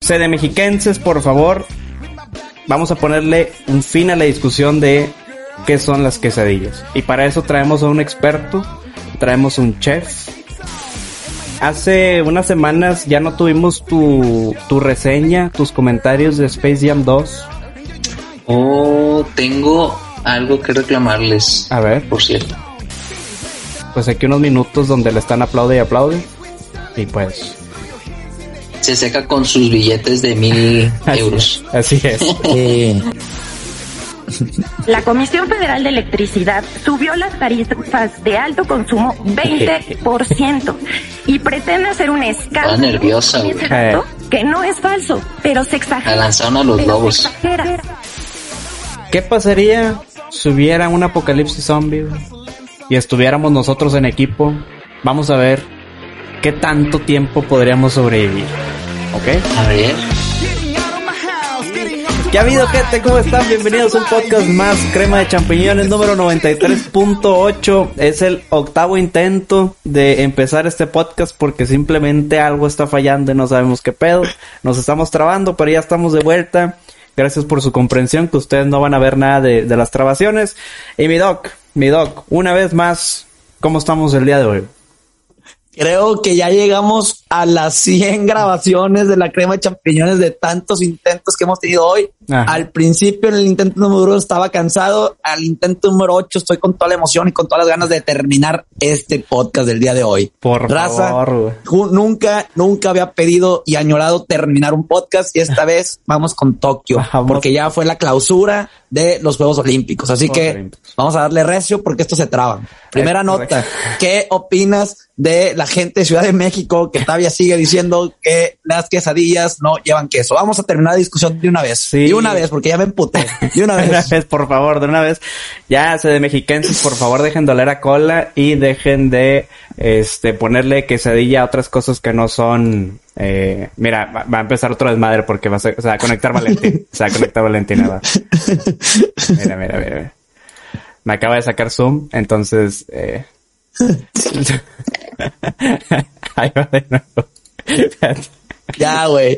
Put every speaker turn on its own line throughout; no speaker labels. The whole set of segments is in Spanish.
Sede mexiquenses, por favor, vamos a ponerle un fin a la discusión de qué son las quesadillas. Y para eso traemos a un experto, traemos un chef. Hace unas semanas ya no tuvimos tu, tu reseña, tus comentarios de Space Jam 2.
Oh, tengo algo que reclamarles,
A ver,
por cierto.
pues aquí unos minutos donde le están aplaude y aplaude. Y pues,
Se seca con sus billetes de mil euros.
así es.
Eh,
La Comisión Federal de Electricidad subió las tarifas de alto consumo 20% y pretende hacer un escándalo.
Estaba nerviosa, güey.
Exacto, Que no es falso, pero se
La
exagera.
lanzaron a los
pero se
lobos.
exagera.
¿Qué pasaría si hubiera un apocalipsis zombie güey? y estuviéramos nosotros en equipo? Vamos a ver qué tanto tiempo podríamos sobrevivir. ¿Ok?
A ver,
¿Qué ha habido, gente? ¿Cómo están? Bienvenidos a un podcast más, Crema de Champiñones número 93.8. Es el octavo intento de empezar este podcast porque simplemente algo está fallando y no sabemos qué pedo. Nos estamos trabando, pero ya estamos de vuelta. Gracias por su comprensión, que ustedes no van a ver nada de, de las trabaciones. Y mi doc, mi doc, una vez más, ¿cómo estamos el día de hoy?
creo que ya llegamos a las 100 grabaciones de la crema de champiñones de tantos intentos que hemos tenido hoy.
Ajá.
Al principio, en el intento número uno estaba cansado. Al intento número 8 estoy con toda la emoción y con todas las ganas de terminar este podcast del día de hoy.
Por
Raza,
favor, güey.
ju- nunca, nunca había pedido y añorado terminar un podcast y esta vez vamos con Tokio,
Vamos.
porque ya fue la clausura de los Juegos Olímpicos. Así
Juegos
que
Olímpicos.
vamos a darle recio porque esto se traba. Primera
Es
nota, ¿qué opinas de la gente de Ciudad de México que todavía sigue diciendo que las quesadillas no llevan queso? Vamos a terminar la discusión de una vez.
Sí.
De una vez, porque ya me emputé. De una
De una
vez.
vez, por favor, de una vez. Ya se de mexiquenses, por favor, dejen de oler a cola y dejen de este ponerle quesadilla a otras cosas que no son. eh, mira, va, va a empezar otro desmadre porque va a, ser- se va a conectar Valentín. Se va a conectar Valentina. va. Mira, mira, mira, mira. Me acaba de sacar Zoom, entonces. eh, Ahí va de nuevo. Espérate.
ya, güey.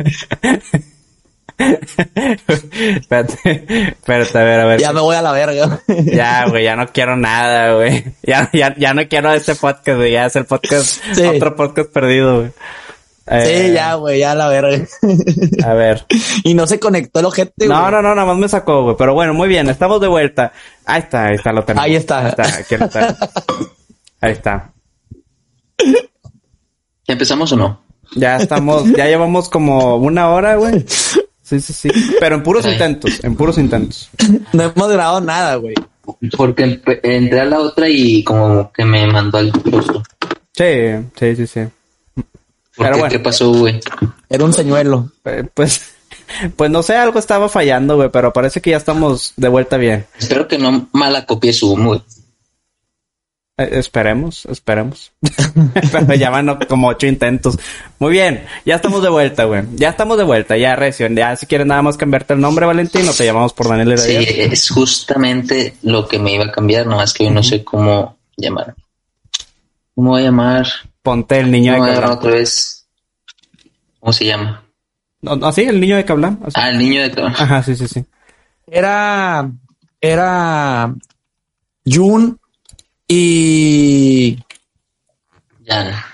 Espérate, espérate, a ver, a ver.
Ya me voy a la verga.
Ya, güey, ya no quiero nada, güey. Ya, ya, ya no quiero este podcast, güey. Ya es el podcast,
Sí.
otro podcast perdido, güey. Eh,
Sí, ya, güey, ya a la verga.
A ver.
y no se conectó el ojete,
No,
güey.
no, no, nada más me sacó, güey. Pero bueno, muy bien, estamos de vuelta. Ahí está, ahí está, lo tenemos.
Ahí está.
Ahí está, aquí lo tenemos. Ahí está.
¿ya empezamos o no?
Ya estamos, ya llevamos como una hora, güey. Sí, sí, sí. Pero en puros
Ay.
intentos, en puros intentos.
No hemos grabado nada, güey.
Porque empe- entré a la otra y como que me mandó al costo.
Sí, sí, sí, sí.
¿Por
Pero
qué?
bueno.
¿Qué pasó, güey?
Era un señuelo.
Eh, Pues, pues no sé, algo estaba fallando, güey, pero parece que ya estamos de vuelta bien.
Espero que no malacopie su humo, güey.
Eh, Esperemos, esperemos. Pero ya van como ocho intentos. Muy bien, ya estamos de vuelta, güey. Ya estamos de vuelta, ya recio. Ya si quieres nada más cambiarte el nombre, Valentín, o te llamamos por Daniel
Sí,
Heredia.
es justamente lo que me iba a cambiar, nomás que hoy no sé cómo llamar. ¿Cómo voy a llamar?
Ponte el niño
¿Cómo voy
de
a llamar
Cablán.
otra vez? ¿Cómo se llama?
No, no, sí, el niño de Cablán. así.
Ah, el niño de Cablán.
Ajá, sí, sí, sí.
Era. Era. Jun y.
Ya.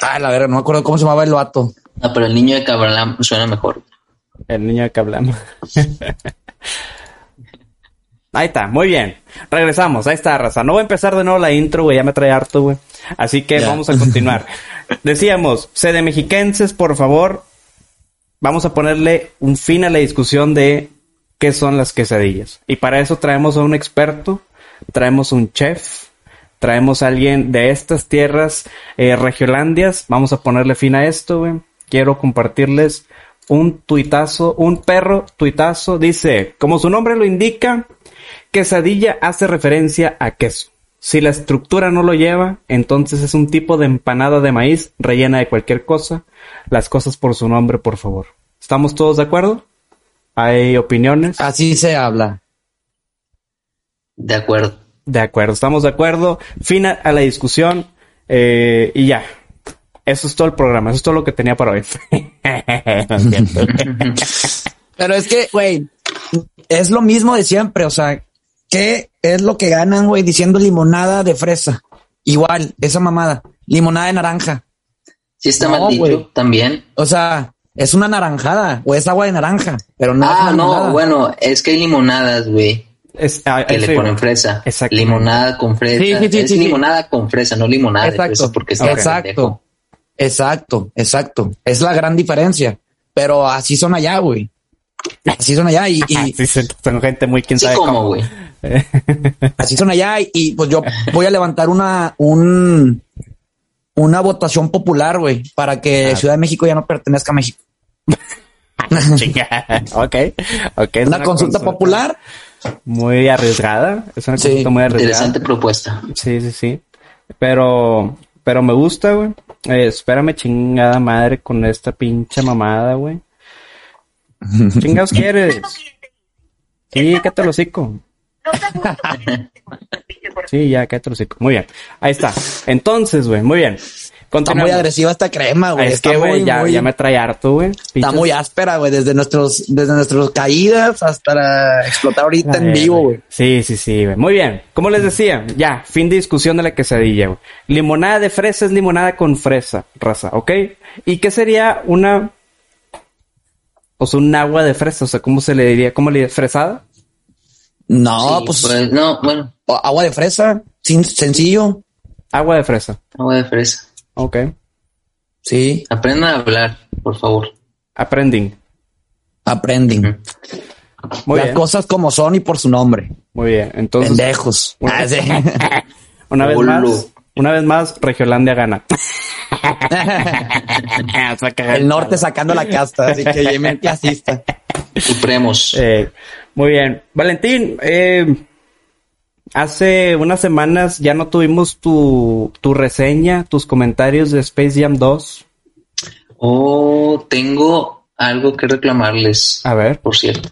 Ah, la verga, no me acuerdo cómo se llamaba el vato.
No, pero el niño de Cablán suena mejor.
El niño de Cablán. Ahí está, muy bien. Regresamos, ahí está, raza. No voy a empezar de nuevo la intro, güey, ya me trae harto, güey. Así que
Ya.
vamos a continuar. Decíamos, sede mexiquenses, por favor, vamos a ponerle un fin a la discusión de qué son las quesadillas. Y para eso traemos a un experto, traemos un chef. Traemos a alguien de estas tierras eh, regiolandias. Vamos a ponerle fin a esto, güey. Quiero compartirles un tuitazo, un perro tuitazo. Dice, como su nombre lo indica, quesadilla hace referencia a queso. Si la estructura no lo lleva, entonces es un tipo de empanada de maíz rellena de cualquier cosa. Las cosas por su nombre, por favor. ¿Estamos todos de acuerdo? ¿Hay opiniones?
Así se habla.
De acuerdo.
De acuerdo, estamos de acuerdo. Fin a, a la discusión. eh, y ya. Eso es todo el programa. Eso es todo lo que tenía para hoy. No es cierto.
Pero es que, güey, es lo mismo de siempre. O sea, ¿qué es lo que ganan, güey, diciendo limonada de fresa? Igual, esa mamada. Limonada de naranja.
Sí está
No,
mal dicho
güey.
también.
O sea, es una naranjada o es agua de naranja, pero no. es
ah,
limonada.
no, bueno, es que hay limonadas, güey,
Es- ah,
que le
sí,
ponen fresa.
Exacto.
Limonada con fresa.
Sí, sí, sí,
es
sí, sí.
limonada con fresa, no limonada de
Exacto.
fresa pues, porque está pendejo.
exacto. Exacto, exacto. Es la gran diferencia. Pero así son allá, güey. Así son allá y, y
Sí, son son gente muy quién
Sí,
sabe
como,
cómo.
güey.
así son allá y, y, pues yo voy a levantar una un una votación popular, güey, para
Ah.
que Ciudad de México ya no pertenezca a México.
Chinga. ok, ok. es
Una consulta popular.
Muy arriesgada. Es una
Sí,
consulta muy arriesgada.
Interesante propuesta.
Sí, sí, sí. Pero, pero me gusta, güey. Eh, espérame chingada madre con esta pinche mamada, güey. Chingados quieres. Sí, cállate el hocico. Sí, ya, cállate el hocico. Muy bien. Ahí está. Entonces, güey, muy bien.
Está muy
Continuamos.
agresiva esta crema,
Ah,
güey.
Es
Está
que, güey,
muy,
ya,
muy-
ya me trae harto, güey.
Está
Pinches-
muy áspera, güey, desde nuestros, desde nuestras caídas hasta la- explotar ahorita en
Ay,
vivo, güey.
Sí, sí, sí, güey. Muy bien. Como les decía, ya, fin de discusión de la quesadilla, güey. Limonada de fresa es limonada con fresa, raza, ¿ok? ¿Y qué sería una. O sea, un agua de fresa, o sea, ¿cómo se le diría? ¿Cómo le diría? ¿Fresada?
No,
Sí,
pues,
pues, no, bueno,
o- agua de fresa, sin, sencillo.
Agua de fresa,
agua de fresa.
ok.
Sí,
Aprendan a hablar, por favor.
Aprending.
aprenden.
Muy
Las
bien.
cosas como son y por su nombre.
Muy bien. Entonces,
Pendejos. Ah, sí.
una vez
Olo.
más, una vez más, Regiolandia gana. O sea, que-
El norte sacando la casta, así que Yemen clasista.
Supremos.
Eh, muy bien. Valentín, eh, hace unas semanas ya no tuvimos tu, tu reseña, tus comentarios de Space Jam 2.
Oh, tengo algo que reclamarles,
A ver,
por cierto.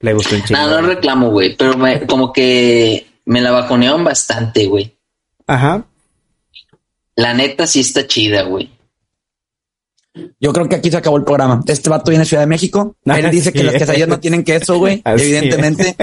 le gustó un chingo.
Ah, No, no reclamo, güey, pero me- como que me la bajonearon bastante, güey.
Ajá.
La neta sí está chida, güey.
Yo creo que aquí se acabó el programa. Este vato viene a Ciudad de México. Él dice que
Así
las quesadillas no tienen queso, güey.
Así
Evidentemente.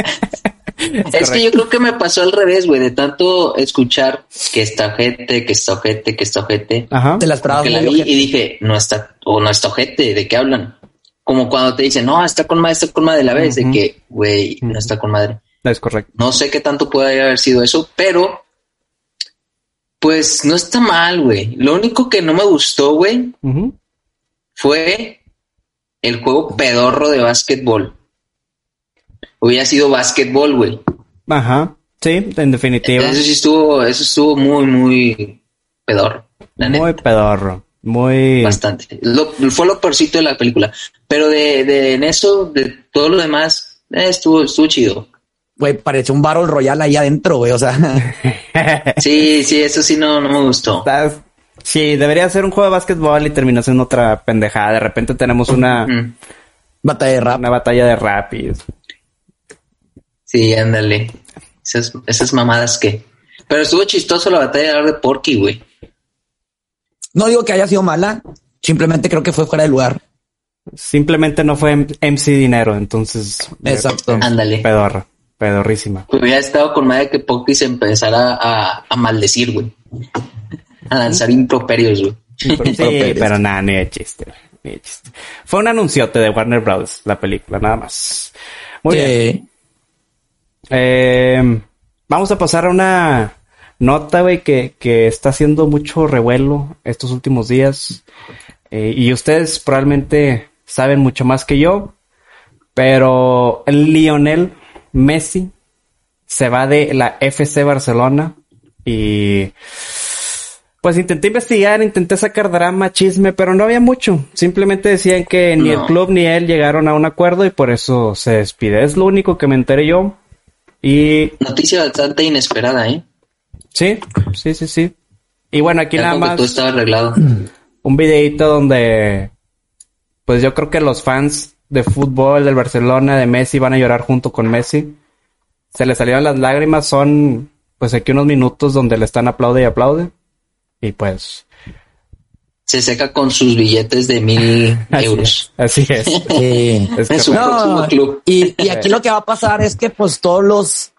Es, que yo creo que me pasó al revés, güey, de tanto escuchar que está ojete, que está ojete, que está ojete.
Ajá.
Te la esperabas
que la
Ah, muy
vi
ojete.
y dije, no está, o no está ojete, ¿de qué hablan? Como cuando te dicen, no, está con madre, está con madre, la vez,
Ujú.
de que, güey, no está con madre.
Es correcto.
No sé qué tanto puede haber sido eso, pero pues no está mal, güey. Lo único que no me gustó, güey,
Ujú.
fue el juego pedorro de básquetbol. Hubiera sido básquetbol, güey.
Ajá. Sí, en definitiva.
Eso sí estuvo, eso estuvo muy, muy pedorro. La neta,
Muy pedorro. Muy.
bastante. Lo- fue lo peorcito de la película. Pero de, de en eso, de todo lo demás, eh, estuvo, estuvo chido.
Güey, pareció un barrel royal ahí adentro, güey. O sea,
Sí, sí, eso sí no, no me gustó.
Estás- Sí, debería ser un juego de básquetbol y terminó siendo otra pendejada. De repente tenemos una,
Mm.
batalla de rap.
una batalla de rap y es-
Sí, ándale. Esas, esas mamadas que. Pero estuvo chistoso la batalla de hablar de Porky, güey.
No digo que haya sido mala, simplemente creo que fue fuera de lugar.
Simplemente no fue M- MC Dinero, entonces.
Exacto.
es
Ándale.
Pedorra. Pedorrísima.
Pues Hubiera estado con madre que Porky se empezara a, a maldecir, güey. A lanzar improperios, güey.
Sí, pero nada, ni de chiste. güey, Ni de chiste. Fue un anunciote de Warner Bros. La película, nada más. Muy bien.
Eh,
Eh, vamos a pasar a una nota, güey, que, que está haciendo mucho revuelo estos últimos días. Eh, y ustedes probablemente saben mucho más que yo. Pero Lionel Messi se va de la FC Barcelona Y pues intenté investigar, intenté sacar drama, chisme, pero no había mucho. Simplemente decían que ni
No.
el club ni él llegaron a un acuerdo y por eso se despide. Es lo único que me enteré yo. Y
Noticia bastante inesperada, ¿eh?
sí, sí, sí, sí. Y bueno, aquí
Ya
nada
como que
más.
todo estaba arreglado.
un videito donde pues yo creo que los fans de fútbol del Barcelona de Messi van a llorar junto con Messi. Se le salieron las lágrimas, son pues aquí unos minutos donde le están aplaude y aplaude. Y pues
Se seca con sus billetes de mil
así
euros.
es. Así es.
Sí.
Es
En su
correcto.
No,
próximo club.
y, y aquí lo que va a pasar es que pues todos los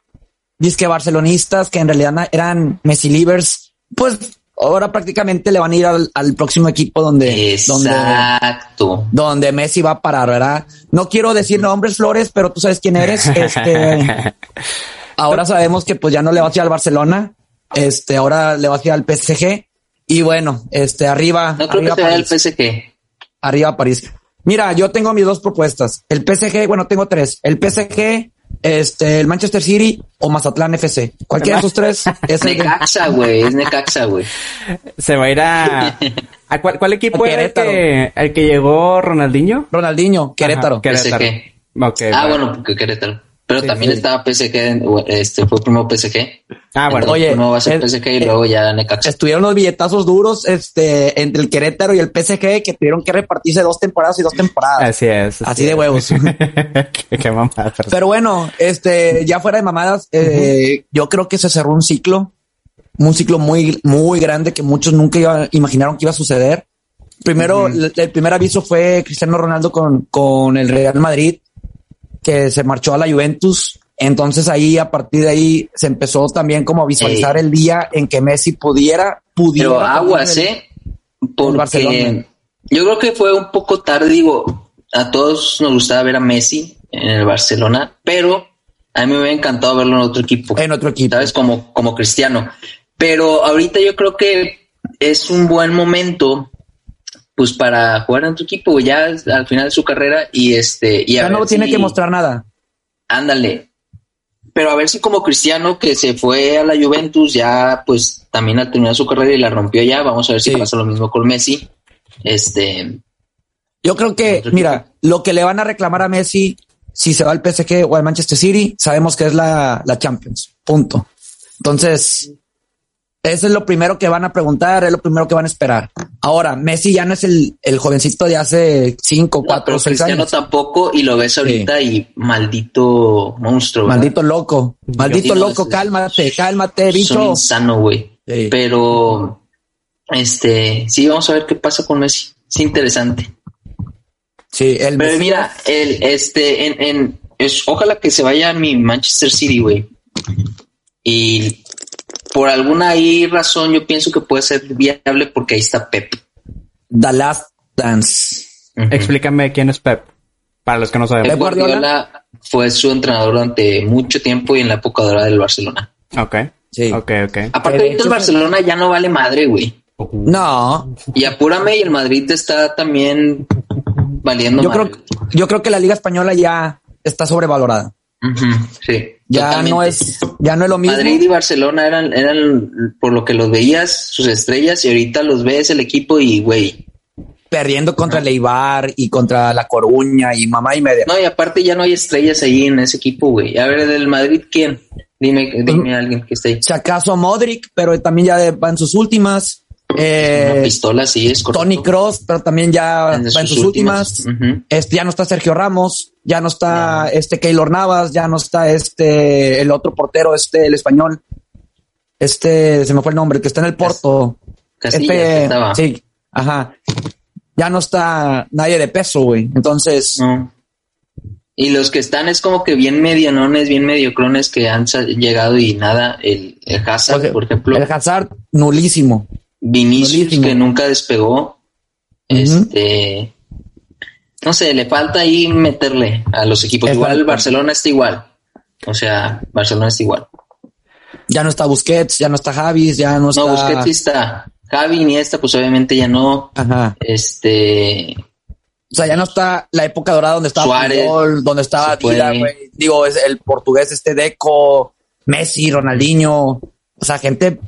disque barcelonistas que en realidad na- eran Messi Livers, pues ahora prácticamente le van a ir al, al próximo equipo donde, donde,
Exacto.
donde Messi va a parar, ¿verdad? No quiero decir nombres, Flores, pero tú sabes quién eres. Este, ahora sabemos que pues ya no le vas a ir al Barcelona, este, ahora le vas a ir al PSG y bueno, este, arriba,
No creo
arriba
que se vaya al
París
PSG.
arriba París. Mira, yo tengo mis dos propuestas. El PSG, bueno, tengo tres. El PSG, este, el Manchester City o Mazatlán FC. Cualquiera de esos tres es el que-
Necaxa, güey. Es Necaxa, güey.
Se va a ir a, ¿a cuál, cuál equipo
Al
era el
Querétaro.
que, el que llegó Ronaldinho?
Ronaldinho, Querétaro.
Ajá, Querétaro.
PSG.
Ok,
ah,
va.
bueno, porque Querétaro. Pero
Sí,
también
sí.
estaba PSG, en- este fue primero PSG.
Ah, bueno. eh,
Oye,
no va a ser
el-
PSG y
el-
luego ya Necaxa.
Estuvieron los billetazos duros, este, entre el Querétaro y el PSG que tuvieron que repartirse dos temporadas y dos temporadas.
Así es.
Así de
es.
huevos.
qué, qué mamada.
Pero bueno, este, ya fuera de mamadas, eh, yo creo que se cerró un ciclo, un ciclo muy, muy grande que muchos nunca iba- imaginaron que iba a suceder. Primero, el, el primer aviso fue Cristiano Ronaldo con, con el Real Madrid, que se marchó a la Juventus. Entonces ahí, a partir de ahí, se empezó también como a visualizar el día en que Messi pudiera, pudiera.
Pero aguas, ¿eh?
Barcelona.
Porque yo creo que fue un poco tarde, digo, a todos nos gustaba ver a Messi en el Barcelona, pero a mí me hubiera encantado verlo en otro equipo.
En otro equipo.
¿sabes? Como, como cristiano. Pero ahorita yo creo que es un buen momento, pues, para jugar en tu equipo, güey, ya es al final de su carrera y este. Y a
Ya no
ver
tiene
si-
que mostrar nada.
Ándale. Pero a ver si como cristiano que se fue a la Juventus ya, pues, también ha terminado su carrera y la rompió ya. Vamos a ver si
Sí.
pasa lo mismo con Messi. Este.
Yo creo que,
Otro
mira, lo que le van a reclamar a Messi si se va al PSG o al Manchester City, sabemos que es la, la Champions. Punto. Entonces, eso es lo primero que van a preguntar, es lo primero que van a esperar. Ahora, Messi ya no es el, el jovencito de hace cinco,
no,
cuatro,
pero
seis
Cristiano
años.
tampoco y lo ves ahorita y maldito monstruo. ¿verdad?
Maldito loco, maldito
Sí, no,
loco,
es-
cálmate, cálmate,
Son
bicho.
insano, güey.
Sí.
Pero, este, sí, vamos a ver qué pasa con Messi. Es interesante.
Sí, el
Pero
Messi-
mira, el, este, en, en, es, ojalá que se vaya a mi Manchester City, güey. Y por alguna ahí razón yo pienso que puede ser viable porque ahí está Pep.
The Last Dance.
Ujú.
Explícame quién es Pep. Para los que no
Pep
sabemos.
Pep Guardiola.
Guardiola fue su entrenador durante mucho tiempo y en la época dorada del Barcelona.
Ok.
Sí.
Ok, ok.
Aparte,
Que Eh, de
ahorita el
hecho-
Barcelona ya no vale madre, güey. Mm.
No,
Y apúrame, y el Madrid está también valiendo
yo creo,
madre.
yo creo que la Liga Española ya está sobrevalorada.
Ujú, sí,
Ya
totalmente.
no es, ya no es lo mismo.
Madrid y Barcelona eran, eran por lo que los veías, sus estrellas, y ahorita los ves el equipo y güey.
perdiendo contra el Eibar y contra La Coruña y mamá y media.
No, y aparte ya no hay estrellas ahí en ese equipo, güey. A ver, del Madrid, ¿quién? Dime,
Pues,
dime a alguien que esté ahí.
Si acaso Modric, pero también ya de- va en sus últimas.
Una
Eh,
pistola, sí, es correcto.
Tony Cross, pero también ya va
En
en
sus
sus últimas.
últimas. Ujú.
Este ya no está Sergio Ramos, ya no está este Keylor Navas, ya no está este el otro portero, este el español. Este se me fue el nombre, el que está en el Porto.
Casillas
este
estaba.
sí, ajá. Ya no está nadie de peso, güey. Entonces,
No. Y los que están es como que bien medianones, bien mediocrones que han sa- llegado y nada. El, el Hazard,
o sea,
por ejemplo.
pues, el Hazard nulísimo.
Vinicius
Nulísimo.
que nunca despegó. Este, no sé, le falta ahí meterle a los equipos.
Le
igual el
falta.
Barcelona está igual. O sea, Barcelona está igual.
Ya no está Busquets, ya no está Javis, ya no está.
No, Busquets sí está. Javi Iniesta, pues obviamente ya no.
Ajá.
Este,
O sea, ya no está la época dorada donde estaba
Suárez.
Puyol, donde estaba
Se fue.
Dida, güey. Digo, es el portugués este Deco, Messi, Ronaldinho. O sea, gente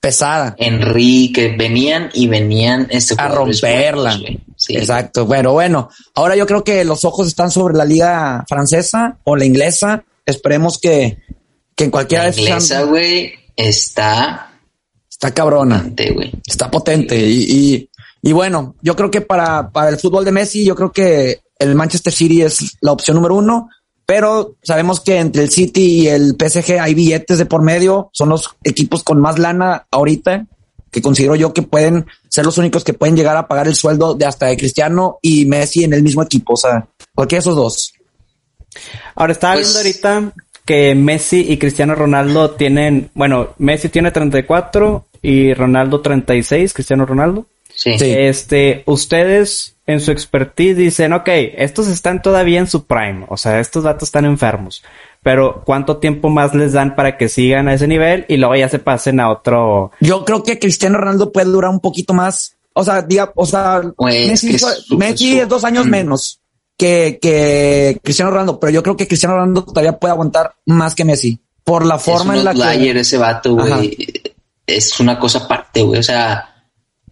pesada
Enrique, venían y venían este
a
Eh, jugadores
romperla.
buenos, güey. Sí.
Exacto. Bueno, bueno. Ahora yo creo que los ojos están sobre la liga francesa o la inglesa. Esperemos que, que en cualquiera
La
de esas
inglesa, güey, está
está cabrona.
ante, güey.
Está potente. Y, y, y bueno, yo creo que para, para el fútbol de Messi, yo creo que el Manchester City es la opción número uno. Pero sabemos que entre el City y el PSG hay billetes de por medio. Son los equipos con más lana ahorita, que considero yo que pueden ser los únicos que pueden llegar a pagar el sueldo de hasta de Cristiano y Messi en el mismo equipo. O sea, cualquiera de esos dos.
Ahora estaba
Pues-
viendo ahorita que Messi y Cristiano Ronaldo tienen, bueno, Messi tiene 34 y Ronaldo 36, Cristiano Ronaldo.
Sí.
Sí.
Este, ustedes en su expertise dicen, ok, estos están todavía en su prime, o sea, estos datos están enfermos, pero ¿cuánto tiempo más les dan para que sigan a ese nivel y luego ya se pasen a otro?
Yo creo que Cristiano Ronaldo puede durar un poquito más. O sea, diga, o sea,
Güey, es
Messi,
Pues, que
hizo-
es su-
Messi
es su-
es dos años
Mm.
menos que, que Cristiano Ronaldo, pero yo creo que Cristiano Ronaldo todavía puede aguantar más que Messi por la
es
forma en
un
la
outlier
que.
ese vato,
Ajá.
güey. Es una cosa aparte, güey. O sea,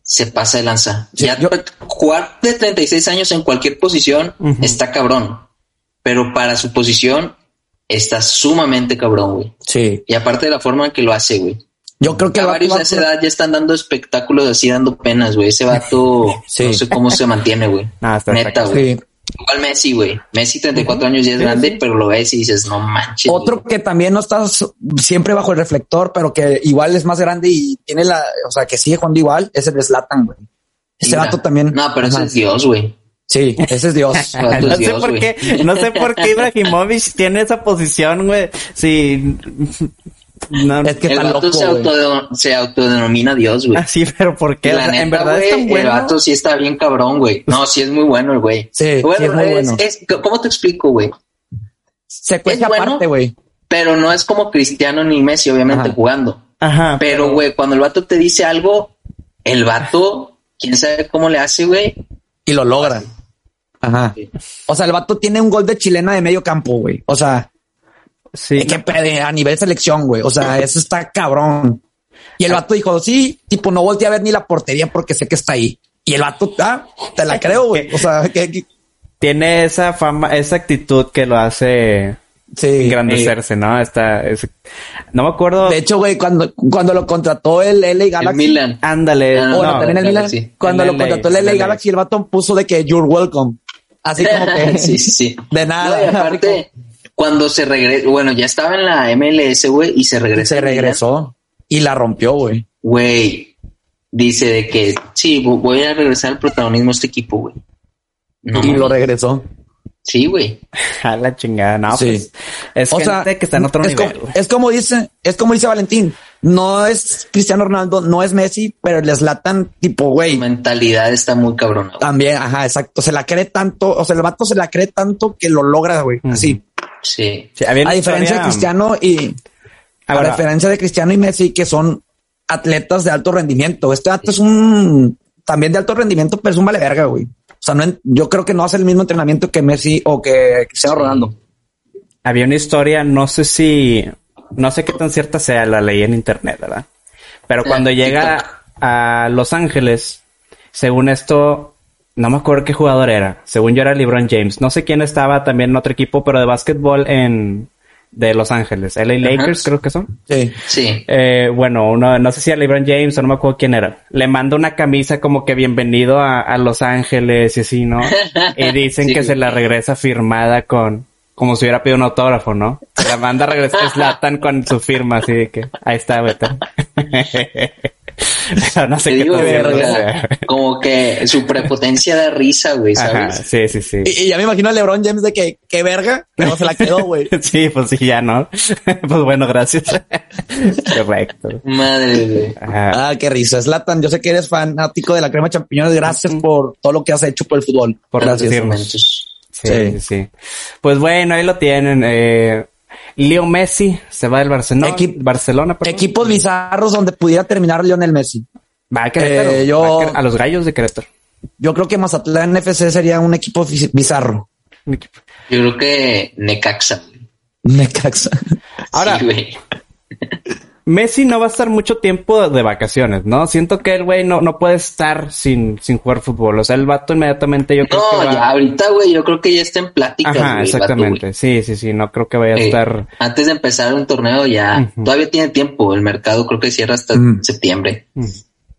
se pasa de lanza.
Sí,
ya
yo-
jugar de 36 años en cualquier posición
Ujú.
está cabrón. Pero para su posición está sumamente cabrón, güey.
Sí,
Y aparte de la forma en que lo hace, güey.
yo creo que
Ya
el vato
varios
va
de esa
por-
edad ya están dando espectáculos así, dando penas, güey. Ese vato,
Sí.
no sé cómo se mantiene, güey.
Ah, está-
Neta,
está-
güey.
Sí.
Igual Messi, güey. Messi, 34 años, ya es grande, pero lo ves y dices, no manches.
Otro que también no está s- siempre bajo el reflector, pero que igual es más grande y tiene la, o sea, que sigue jugando igual, es el de Zlatan, güey. Ese
Mira.
vato también.
No, pero
Ajá.
ese es Dios, güey.
Sí, ese es Dios.
Ah,
no
pues
sé
Dios,
por
güey.
qué, no sé por qué Ibrahimovic tiene esa posición, güey. Si no,
es que
el
está
vato
loco,
se,
güey. Ah,
autode- se autodenomina Dios, güey.
así, Ah, pero ¿por qué? O
La
sea, en
neta,
verdad es
güey,
tan bueno.
El vato sí está bien cabrón, güey. No, sí es muy bueno el güey.
Pues Sí,
Bueno,
sí es muy bueno.
es- ¿Cómo te explico, güey?
Secuencia
es bueno,
aparte, güey.
Pero no es como Cristiano ni Messi, obviamente,
Ajá. Ah,
jugando.
Ajá.
Pero, güey, cuando el vato te dice algo, el vato, quién sabe cómo le hace, güey.
Y lo logra. Ajá.
Sí.
O sea, el vato tiene un gol de chilena de medio campo, güey. O sea,
Sí.
que pede a nivel selección, güey. O sea, eso está cabrón. Y
Ah.
el vato dijo, sí, tipo, no volteé a ver ni la portería porque sé que está ahí. Y el vato, ah, te la creo, güey. O sea, que, que-
Tiene esa fama, esa actitud que lo hace
sí.
engrandecerse, ¿no? Está, es- no me acuerdo.
De hecho, güey, cuando, cuando lo contrató el LA
El
Galaxy.
Milan.
Ándale.
Ah,
o bueno,
no.
también el Milan.
Galaxy.
Cuando
El
lo
LA,
contrató el LA
el LA.
Galaxy, el vato puso de que you're welcome. Así como que.
sí, sí, sí.
De nada.
No, y aparte, cuando se regresó, bueno, ya estaba en la MLS, güey, y se regresó.
Se regresó y la rompió, güey.
Güey, dice de que sí, vo- voy a regresar al protagonismo a este equipo, güey. No,
y lo
mames.
regresó.
sí, güey.
A la chingada, no.
Sí.
pues, es gente que está en otro
es
nivel.
como-
güey.
es como dice, es como dice Valentín. No es Cristiano Ronaldo, no es Messi, pero el Zlatan tipo
Su
güey.
mentalidad está muy cabrona. güey.
También, ajá, exacto. Se la cree tanto, o sea, el vato se la cree tanto que lo logra, güey.
Ujú.
Así.
Sí.
Sí, había una
A diferencia de
historia-
Cristiano y a,
Ahora,
diferencia de Cristiano y Messi, que son atletas de alto rendimiento. Este vato es un también de alto rendimiento, pero es un vale verga, güey. O sea, no, en- yo creo que no hace el mismo entrenamiento que Messi o que Cristiano Ronaldo.
había una historia, no sé si, no sé qué tan cierta sea, la leí en internet, ¿verdad? Pero
Eh,
cuando
TikTok.
llega a Los Ángeles, según esto, no me acuerdo qué jugador era. Según yo era LeBron James. No sé quién estaba también en otro equipo, pero de básquetbol en, de Los Ángeles. LA Lakers creo que son.
Sí.
Sí.
Eh, bueno, uno, no sé si a LeBron James o no me acuerdo quién era. Le manda una camisa como que bienvenido a, a Los Ángeles y así, ¿no? Y dicen
Sí.
que se la regresa firmada con, como si hubiera pedido un autógrafo, ¿no? Se la manda a regresar Slatan con su firma, así de que, ahí está, vete. Pero no sé
Te
qué
digo,
tan
güey,
cierto
o sea,
sea.
como que su prepotencia da risa, güey,
Ajá,
¿sabes?
sí, sí, sí.
Y, y ya me imagino a LeBron James de que, qué verga, pero se la quedó, güey.
Sí, pues sí, ya no. pues bueno, gracias. Correcto.
Madre, güey.
Ajá.
Ah, qué risa. Slatan, yo sé que eres fanático de la crema de champiñones. Gracias por todo lo que has hecho por el fútbol.
Por
Tantos
decirnos.
momentos.
Sí,
Sí.
sí, sí. Pues bueno, ahí lo tienen. Eh, Leo Messi se va del Barcelona.
Equip-
Barcelona, perdón.
Equipos bizarros donde pudiera terminar Lionel Messi.
Va a Querétaro.
Eh, yo-
Va a, Quer- a los gallos de Querétaro.
Yo creo que Mazatlán FC sería un equipo fi- bizarro.
Un equipo.
Yo creo que Necaxa. güey.
Necaxa.
Ahora,
Sí, güey.
Messi no va a estar mucho tiempo de vacaciones, ¿no? Siento que el güey no, no puede estar sin, sin jugar fútbol. O sea, el vato inmediatamente yo creo que.
No,
va-
ya ahorita, güey, yo creo que ya está en pláticas.
Ajá,
güey, el vato,
exactamente.
güey.
sí, sí, sí. No creo que vaya a
Eh,
estar.
Antes de empezar un torneo ya,
Ujú.
todavía tiene tiempo. El mercado creo que cierra hasta
Mm.
septiembre
Mm.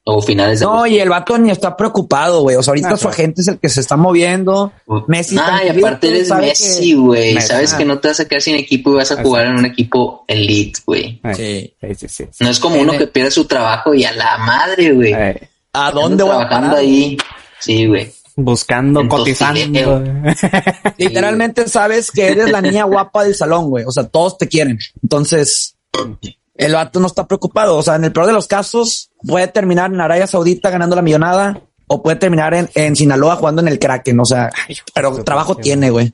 o finales de
No,
agosto.
y el vato ni está preocupado, güey. O sea, ahorita
Ah,
su
claro.
agente es el que se está moviendo. Messi está
Ah, y
en
aparte
Juventus,
eres
sabe que-
Messi, güey.
Messi.
Sabes que no te vas a quedar sin equipo y vas a jugar en un equipo elite, güey.
Eh,
Sí.
Sí, sí, sí. sí.
No es como uno que pierde su trabajo y a la madre, güey.
Eh,
¿A
Ando
dónde voy a
trabajando
parar?
ahí? Sí, güey.
buscando,
Entonces,
cotizando.
Literalmente sabes que eres la niña guapa del salón, güey. O sea, todos te quieren. Entonces, el vato no está preocupado. O sea, en el peor de los casos, puede terminar en Arabia Saudita ganando la millonada o puede terminar en, en Sinaloa jugando en el Kraken. O sea, pero trabajo tiene, güey,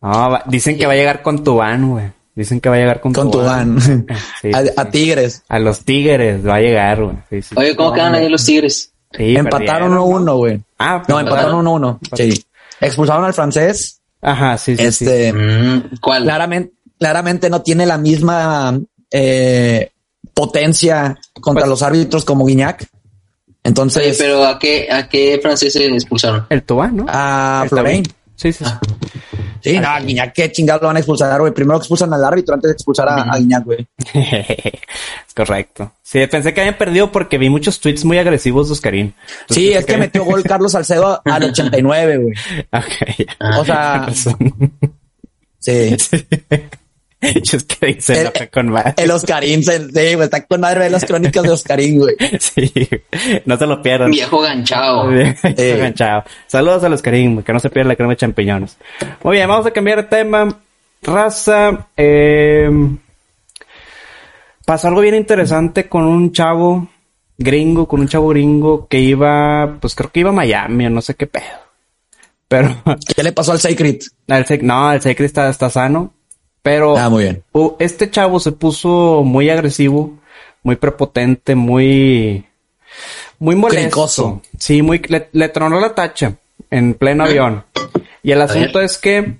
No, va- dicen que va a llegar con tu van, güey. Dicen que va a llegar con,
con tu van.
Sí,
A,
sí,
a
sí.
Tigres.
A los Tigres va a llegar, güey. Sí, sí.
Oye, ¿cómo quedan ahí los Tigres?
Sí,
empataron
perdieron.
1-1, güey.
Ah,
No, em-
perdón.
empataron 1-1. Sí. Expulsaron al francés.
Ajá, sí, sí. sí.
Este,
Mm, ¿Cuál?
claramente, claramente no tiene la misma eh, potencia contra
Pues-
los árbitros como Guiñac.
Oye,
Entonces,
pero ¿a qué, a qué francés se expulsaron?
El Tubán, ¿no?
a
Está
Florein.
bien. Sí, sí. sí.
Sí, no, a Guiñac, qué chingados lo van a expulsar, güey. Primero expulsan al árbitro antes de expulsar a, a Guiñac, güey. Ah.
es correcto. Sí, pensé que habían perdido porque vi muchos tweets muy agresivos de Oscarín. Entonces
Sí,
pensé
es que metió gol Carlos Salcedo al 89, güey.
Ok, ya.
O sea,
Con Ah, razón.
sí.
Yo es que dice
El-
la fe con más.
El Oscarín, se- sí, güey, está con madre de las crónicas de Oscarín, güey.
Sí, no se lo pierdan.
Viejo ganchado.
eh, Oigan, chao. Saludos a los Karim, que no se pierda la crema de champiñones. Muy bien, vamos a cambiar de tema. Raza, eh, pasó algo bien interesante con un chavo gringo, con un chavo gringo que iba, pues creo que iba a Miami o no sé qué pedo. Pero
¿Qué le pasó al Sacred?
el Sec- no, el Secret está, está sano. Pero
Ah, muy bien.
u- este chavo se puso muy agresivo, muy prepotente, muy. Muy molesto.
Cricoso.
Sí, muy. Le, le tronó la tacha en pleno
Ah.
avión. Y el asunto es que.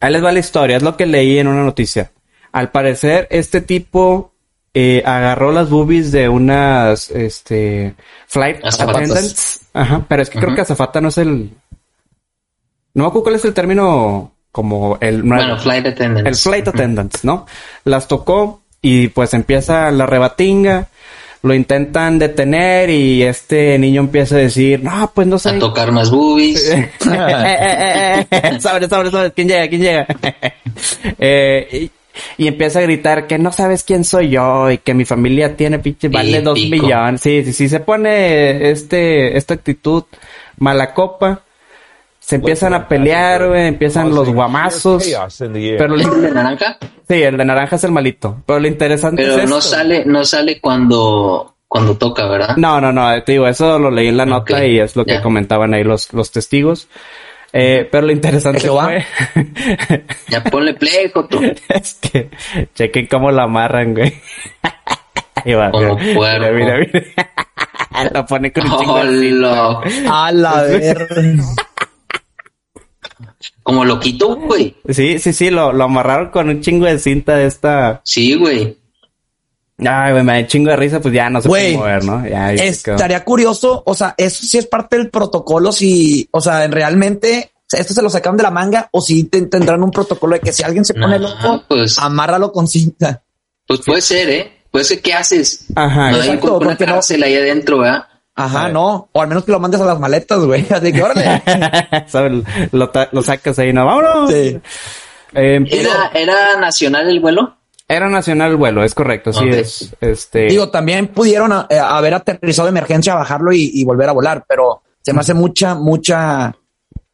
Ahí les va la historia, es lo que leí en una noticia. Al parecer, este tipo eh, agarró las boobies de unas este, flight
Azafatas.
attendants. Ajá, pero es que creo que azafata no es el. No me acuerdo cuál es el término como el nuevo.
Bueno, flight attendant.
El flight attendant, ¿no? Las tocó y pues empieza la rebatinga. Lo intentan detener y este niño empieza a decir, no, pues no
A
sé.
tocar más boobies.
sobre, sobre, sobre, ¿quién llega? ¿Quién llega? Eh, y, y empieza a gritar que no sabes quién soy yo y que mi familia tiene pinche, vale
Y
dos
pico.
millones. Sí, sí, sí, se pone este, esta actitud mala copa. Se empiezan a pelear, güey, empiezan los guamazos. Pero lo-
¿El de naranja?
Sí, el de naranja es el malito. Pero lo interesante
Pero
es
no
esto.
sale, no sale cuando, cuando toca, ¿verdad?
No, no, no, te digo, eso lo leí en la nota
Ok,
y es lo que
ya.
comentaban ahí los, los testigos. Eh, pero lo interesante
¿Jehová?
fue
Ya ponle play, Joto.
es que chequen cómo la amarran, güey. Ahí va.
Como
mira,
puerco.
Mira, mira, mira. lo pone con un chingo
Oh,
de cinta.
Hola.
A la ver.
Como lo quito, güey.
Sí, sí, sí, lo, lo amarraron con un chingo de cinta de esta.
Sí, güey.
Ay, güey, me da un chingo de risa, pues ya no se
Güey,
puede mover, ¿no? Ya, ya se quedó.
Estaría curioso, o sea, eso sí es parte del protocolo, si, o sea, en realmente o sea, esto se lo sacaron de la manga o si te- tendrán un protocolo de que si alguien se pone
No,
loco,
pues-
amárralo con cinta.
Pues puede ser, ¿eh? Puede ser que haces.
Ajá,
no hay
Ah, exacto,
como una
porque no-
cárcel ahí adentro, ¿verdad?
Ajá, no, o al menos que lo mandes a las maletas, güey. Así que órale.
¿Sabes? Lo, ta- lo sacas ahí, ¿no? ¡Vámonos!
Sí.
Eh,
¿Era, ¿Era nacional el vuelo?
Era nacional el vuelo, es correcto, sí
Ok.
es. Este,
Digo, también pudieron a- eh, haber aterrizado de emergencia, bajarlo y, y volver a volar, pero se me hace mucha, mucha,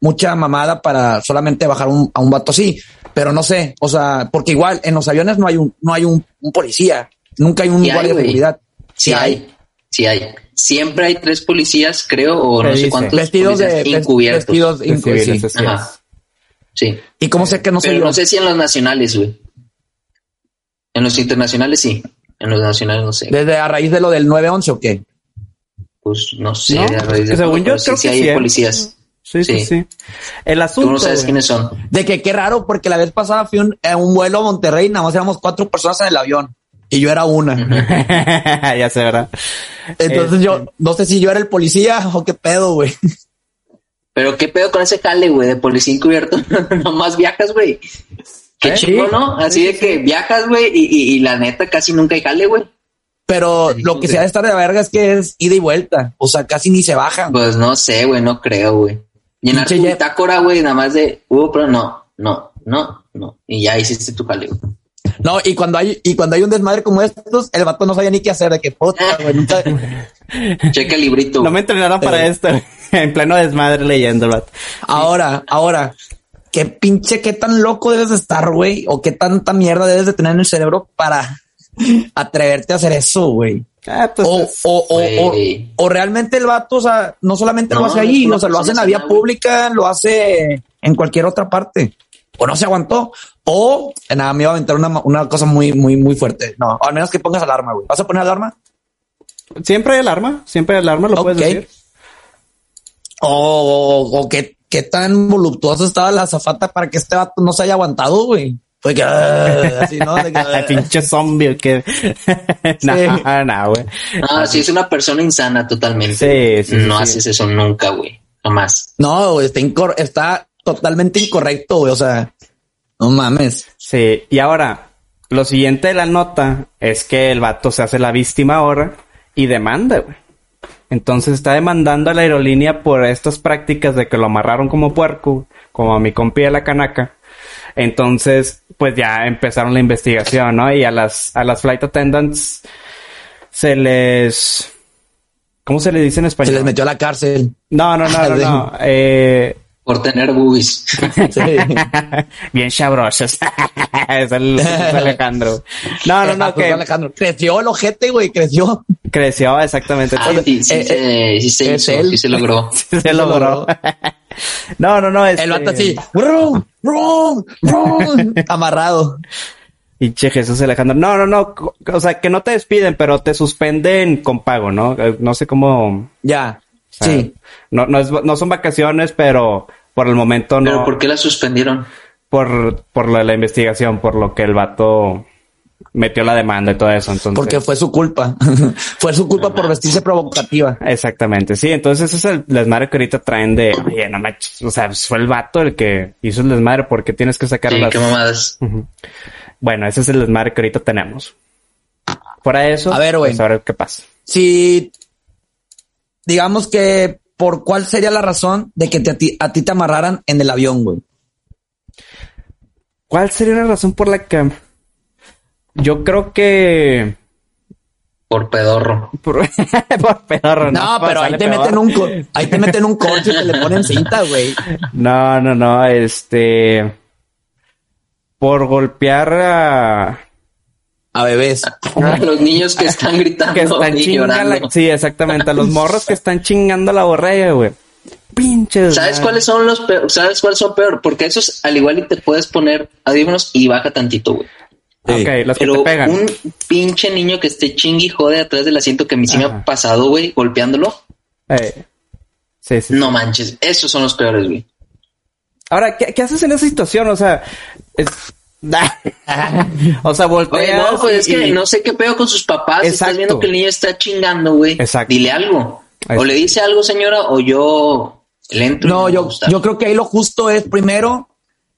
mucha mamada para solamente bajar un- a un vato así. Pero no sé, o sea, porque igual en los aviones no hay un, no hay un, un policía, nunca hay un
Sí hay,
guardia de
güey.
seguridad.
Sí hay, sí hay. Siempre hay tres policías, creo, o
Se
no sé
dice.
cuántos
Vestidos de
policías
ves-
encubiertos.
vestidos
de
incu-
civiles, así
sí.
es.
Ajá. Sí.
Y cómo sé que no soy
Pero
yo.
no sé si en los nacionales, güey. En los internacionales sí. En los nacionales no sé.
Desde a raíz de lo del 911 o qué.
Pues no sé.
No,
a raíz de-
según yo
pero sí,
creo
sí
que
hay
sí, ¿eh?
policías.
Sí, sí,
Sí.
sí. El asunto.
Tú no sabes
güey.
quiénes son.
eh, De que qué raro, porque la vez pasada fui un- a un vuelo a Monterrey, nada más éramos cuatro personas en el avión. y yo era una.
ya sé, ¿verdad?
Entonces yo no sé si yo era el policía o qué pedo, güey.
Pero qué pedo con ese jale, güey, de policía encubierto. Nomás viajas, güey. Qué
¿Eh?
chido, ¿no? Así de que viajas, güey, y, y- y la neta casi nunca hay jale, güey.
Pero lo que se ha de estar de verga es que es ida y vuelta. O sea, casi ni se bajan.
Pues no sé, güey, no creo, güey. Llenar
Pinche
tu
Jeff.
bitácora, güey, nada más de, uh, pero no, no, no, no. Y ya hiciste tu jale, güey.
No, y cuando hay, y cuando hay un desmadre como estos, el vato no sabía ni qué hacer, de que puta, güey, nunca-
Checa el librito.
No me
güey.
entrenaron para esto. en pleno desmadre leyendo, ¿verdad?
Ahora, ahora, qué pinche, qué tan loco debes de estar, güey, o qué tanta mierda debes de tener en el cerebro para atreverte a hacer eso, güey.
Ah, pues
O,
es-
o, o, o,
güey.
o realmente el vato, o sea, no solamente lo
No,
hace
no es
ahí,
una
o sea, lo hace en la
persona
vía
sana, güey.
pública, lo hace en cualquier otra parte. O no se aguantó. O eh, nada, me iba a aventar una, una cosa muy, muy, muy fuerte. No, al menos que pongas alarma, güey. ¿Vas a poner alarma?
siempre hay alarma, siempre hay alarma, lo puedes
Ok.
decir.
O, o, o qué, qué tan voluptuosa estaba la azafata para que este vato no se haya aguantado, güey. Fue que ah, así, ¿no? De que, ah.
Pinche zombie que. nah, nah, güey.
No, si es una persona insana
Sí,
totalmente.
sí, sí,
No
sí.
haces eso nunca, güey. Jamás.
No, güey, está, incor- está totalmente incorrecto, güey. O sea, no mames.
Sí, y ahora, lo siguiente de la nota es que el vato se hace la víctima ahora y demanda, güey. Entonces está demandando a la aerolínea por estas prácticas de que lo amarraron como puerco, como a mi compi de la canaca. Entonces, pues ya empezaron la investigación, ¿no? Y a las, a las flight attendants se les... ¿Cómo se le dice en
Se
Pues
español?
les metió a la cárcel.
No, no, no, no, no. Eh,
Por tener boobies.
Sí.
Bien sabrosos. es, el, es Alejandro. Ah, No, no, no,
Jesús
que
Alejandro. Creció el ojete, güey, creció.
creció exactamente.
Ay, sí, sí,
eh,
se- sí se
eh,
hizo,
es él.
sí se logró.
Entonces, se logró.
logró.
no, no, no.
El vato
este,
así, rum, rum, rum, amarrado.
Pinche Jesús Alejandro. No, no, no. co- O sea, que no te despiden, pero te suspenden con pago, ¿no? Eh, No sé cómo.
Ya.
o sea,
Sí.
No, no, es- no son vacaciones, pero por el momento no.
Pero ¿por qué la suspendieron?
Por, por la, la investigación, por lo que el vato metió la demanda y todo eso. Entonces.
Porque fue su culpa. fue su culpa por vestirse provocativa.
Exactamente, sí. Entonces ese es el desmadre que ahorita traen de, oye, no manches, o sea, pues, fue el vato el que hizo el desmadre porque tienes que sacar
Sí,
las...
qué mamadas.
Bueno, ese es el desmadre que ahorita tenemos. Fuera de eso,
A ver, güey.
pues, a ver qué pasa.
Si digamos que por cuál sería la razón de que te- a, ti, a ti te amarraran en el avión, güey.
¿Cuál sería la razón por la que... Yo creo que...
Por pedorro.
Por, por pedorro,
No, pero ahí
Pues Sale
te
peor.
meten un co- ahí te meten un corcho y te le ponen cinta, güey.
No, no, no, este... Por golpear a...
A bebés.
A los niños que están gritando
Ah. que están
y
chingando.
llorando.
sí, exactamente. A los morros que están chingando la borrega, güey. Pinches.
¿Sabes cuáles son los peor? ¿Sabes cuáles son peor? Porque esos al igual y te puedes poner adivinos y baja tantito, güey.
Ok, los que
Pero
te pegan.
un pinche niño que esté chingui jode atrás del asiento que a mí sí me
Ajá.
ha pasado, güey, golpeándolo.
Eh, Sí, sí.
No manches, esos son los peores, güey.
Ahora, ¿qué, qué haces en esa situación? O sea, es- o sea,
Oye,
volteas.
no, pues es
y-
que
y-
no sé qué pedo con sus papás. Si
Exacto.
Estás viendo que el niño está chingando, güey.
Exacto.
Dile algo.
Ahí
O le dice algo, señora, o yo le entro. y
No,
me
yo,
gusta.
yo creo que ahí lo justo es primero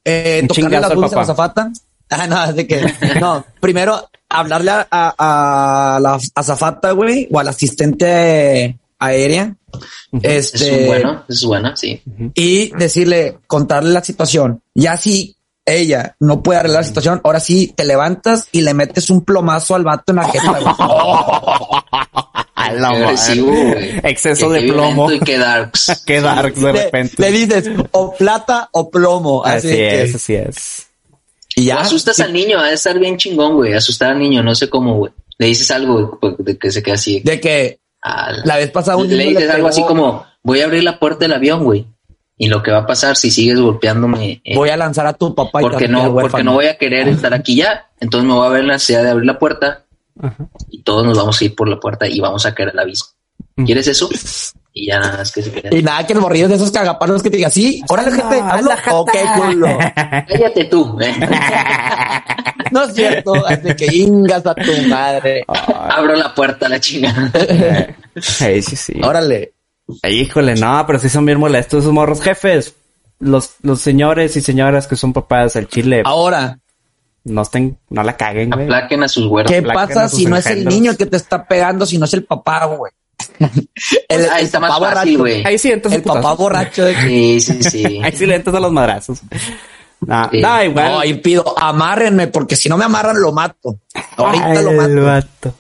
eh,
Un
tocarle
chingazo
la
al
dulce a la
papá.
azafata. Ah, no, de que no. Primero hablarle a, a- a la azafata, güey, o al asistente aérea.
Es un
Este,
bueno, es buena, sí.
y decirle, contarle la situación. Ya si ella no puede arreglar la situación, ahora sí te levantas y le metes un plomazo al vato en la jeta, güey.
a
Qué
la madre.
agresivo, güey.
Exceso
Qué-
de
qué
plomo.
violento Y qué darks.
Qué darks de
Le-
repente.
Le, dices o plata o plomo. Así,
así
que-
es, así es.
Y
O
ya.
asustas al niño, ha de estar bien chingón, güey. Asustar al niño, no sé cómo, güey. Le dices algo güey, de que se queda así.
De que
a
la vez pasada un niño
le dices algo
pegó-
así como, voy a abrir la puerta del avión, güey. Y lo que va a pasar si sigues golpeándome, eh,
voy a lanzar a tu papá y te vas
porque
a quedar
no, porque
huérfano.
no voy a querer estar aquí ya. Entonces me voy a ver la necesidad de abrir la puerta
Ajá. Mm.
y todos nos vamos a ir por la puerta y vamos a caer al abismo. ¿Quieres eso? Y ya nada más que se
Y
quedan.
nada, que el borrillo es de esos cagapalos que te diga, sí, órale, gente, hazlo.
anda, jata.
Ok, culo.
Cállate tú. eh.
No es cierto, así que ingas a tu madre.
Abro la puerta a la chingada.
Ay, Eh, sí, sí.
Órale.
Ay, híjole, no, pero sí son bien molestos esos morros jefes. Los, los señores y señoras que son papás al chile,
Ah, Ahora,
no estén, no la caguen, güey.
Aplaquen a sus güeros.
¿qué
Placa
pasa
a sus
si no es el
engendros.
niño que te está pegando, si no es el papá, güey? El,
Pues Ahí
el
está más
papá
fácil,
borracho.
güey.
Ahí sí entras a
El papá
putazos.
borracho de que.
Sí, sí, sí.
Ahí sí le entras a los madrazos. No,
Sí.
no, igual.
No, ahí pido, amárrenme, porque si no me amarran, lo mato. Ahorita
Ay,
lo mato.
el vato.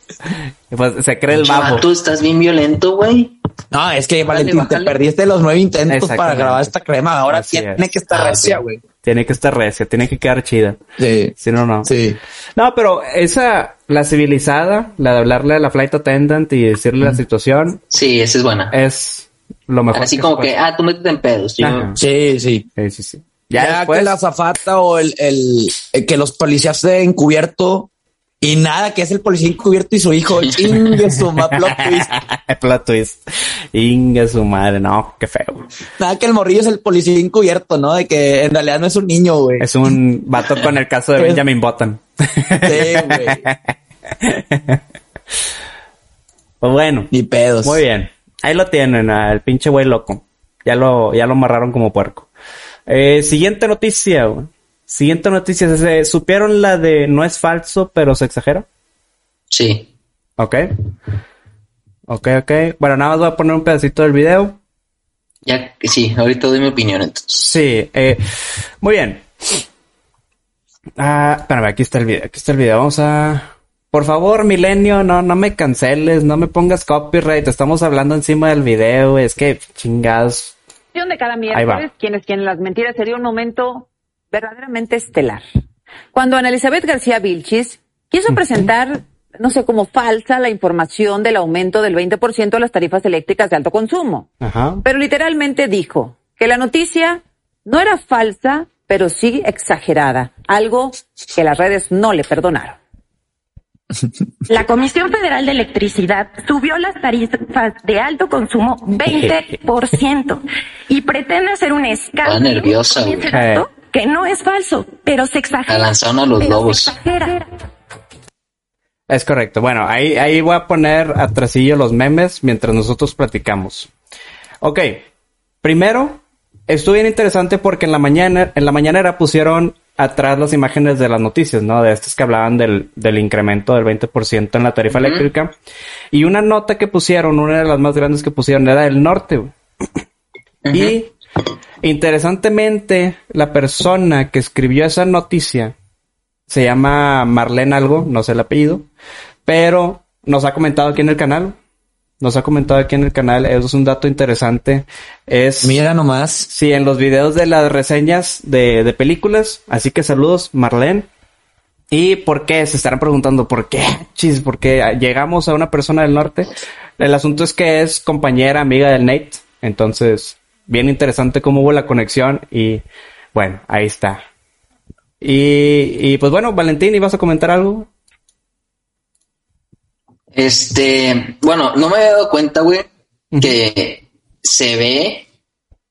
Y pues, se cree el
Chava,
babo.
tú estás bien violento, güey.
No, es que Valentín,
bájale.
te perdiste los nueve intentos para
Exactamente.
grabar esta crema. Ahora
Así
tiene
es.
que estar
Ah,
recia,
sí.
güey.
Tiene que estar recia, tiene que quedar chida.
Sí,
Si no, no.
sí.
No, pero esa, la civilizada, la de hablarle a la flight attendant y decirle la situación,
Sí, esa es buena.
es lo Eh, mejor.
Así
se
como
puede
que, ah, tú métete en pedos. Yo-
Ajá.
Sí, sí.
hacer. Sí, sí, sí.
Ya,
Ah. Ya, después,
que la zafata o el, el- eh, que los policías se encubierto y nada, que es el policía encubierto y su hijo. Chingue su ma- plot twist.
Plot twist. Inga su madre, no, qué feo.
Nada, que el morrillo es el policía encubierto, ¿no? De que en realidad no es un niño, güey.
Es un vato con el caso de Benjamin Button.
Sí, güey.
Pues bueno,
Ni pedos.
muy bien. Ahí lo tienen, al pinche güey loco. Ya lo, ya lo amarraron como puerco. Eh, siguiente noticia, güey. Siguiente noticia. ¿se- ¿Supieron la de no es falso, pero se exagera?
Sí.
Ok. Ok, ok. Bueno, nada más voy a poner un pedacito del video.
Ya, sí, ahorita doy mi opinión entonces.
Sí, eh, muy bien. Ah, espérame, aquí está el video, aquí está el video. Vamos a. Por favor, Milenio, no, no me canceles, no me pongas copyright. Estamos hablando encima del video, es que chingados.
Sección de cada
va.
miércoles, quién es quién en las mentiras, sería un momento verdaderamente estelar. Cuando Ana Elizabeth García Vilchis quiso presentar, no sé, como falsa la información del aumento del 20% de las tarifas eléctricas de alto consumo.
Ajá.
Pero literalmente dijo que la noticia no era falsa, pero sí exagerada. Algo que las redes no le perdonaron.
La Comisión Federal de Electricidad subió las tarifas de alto consumo 20% y pretende hacer un escándalo.
Estaba nerviosa,
con
güey.
ese dato Que no es falso, pero se
La
exagera.
lanzaron a los
pero se
lobos.
exagera.
Es correcto. Bueno, ahí, ahí voy a poner atrasillo los memes mientras nosotros platicamos. Ok. Primero, estuvo bien interesante porque en la mañana, en la mañanera pusieron atrás las imágenes de las noticias, ¿no? De estas que hablaban del, del incremento del 20% en la tarifa eléctrica. Y una nota que pusieron, una de las más grandes que pusieron, era del norte. güey. Y interesantemente, la persona que escribió esa noticia se llama Marlene algo, no sé el apellido, pero nos ha comentado aquí en el canal. Nos ha comentado aquí en el canal, eso es un dato interesante. Es
Mira nomás.
Sí, en los videos de las reseñas de, de películas. Así que saludos, Marlene. ¿Y por qué? Se estarán preguntando por qué. Chis, porque llegamos a una persona del norte. El asunto es que es compañera, amiga del Nate. Entonces, bien interesante cómo hubo la conexión. Y bueno, ahí está. Y, y pues bueno, Valentín, ¿ibas a comentar algo?
Este, bueno, no me había dado cuenta, güey, que se ve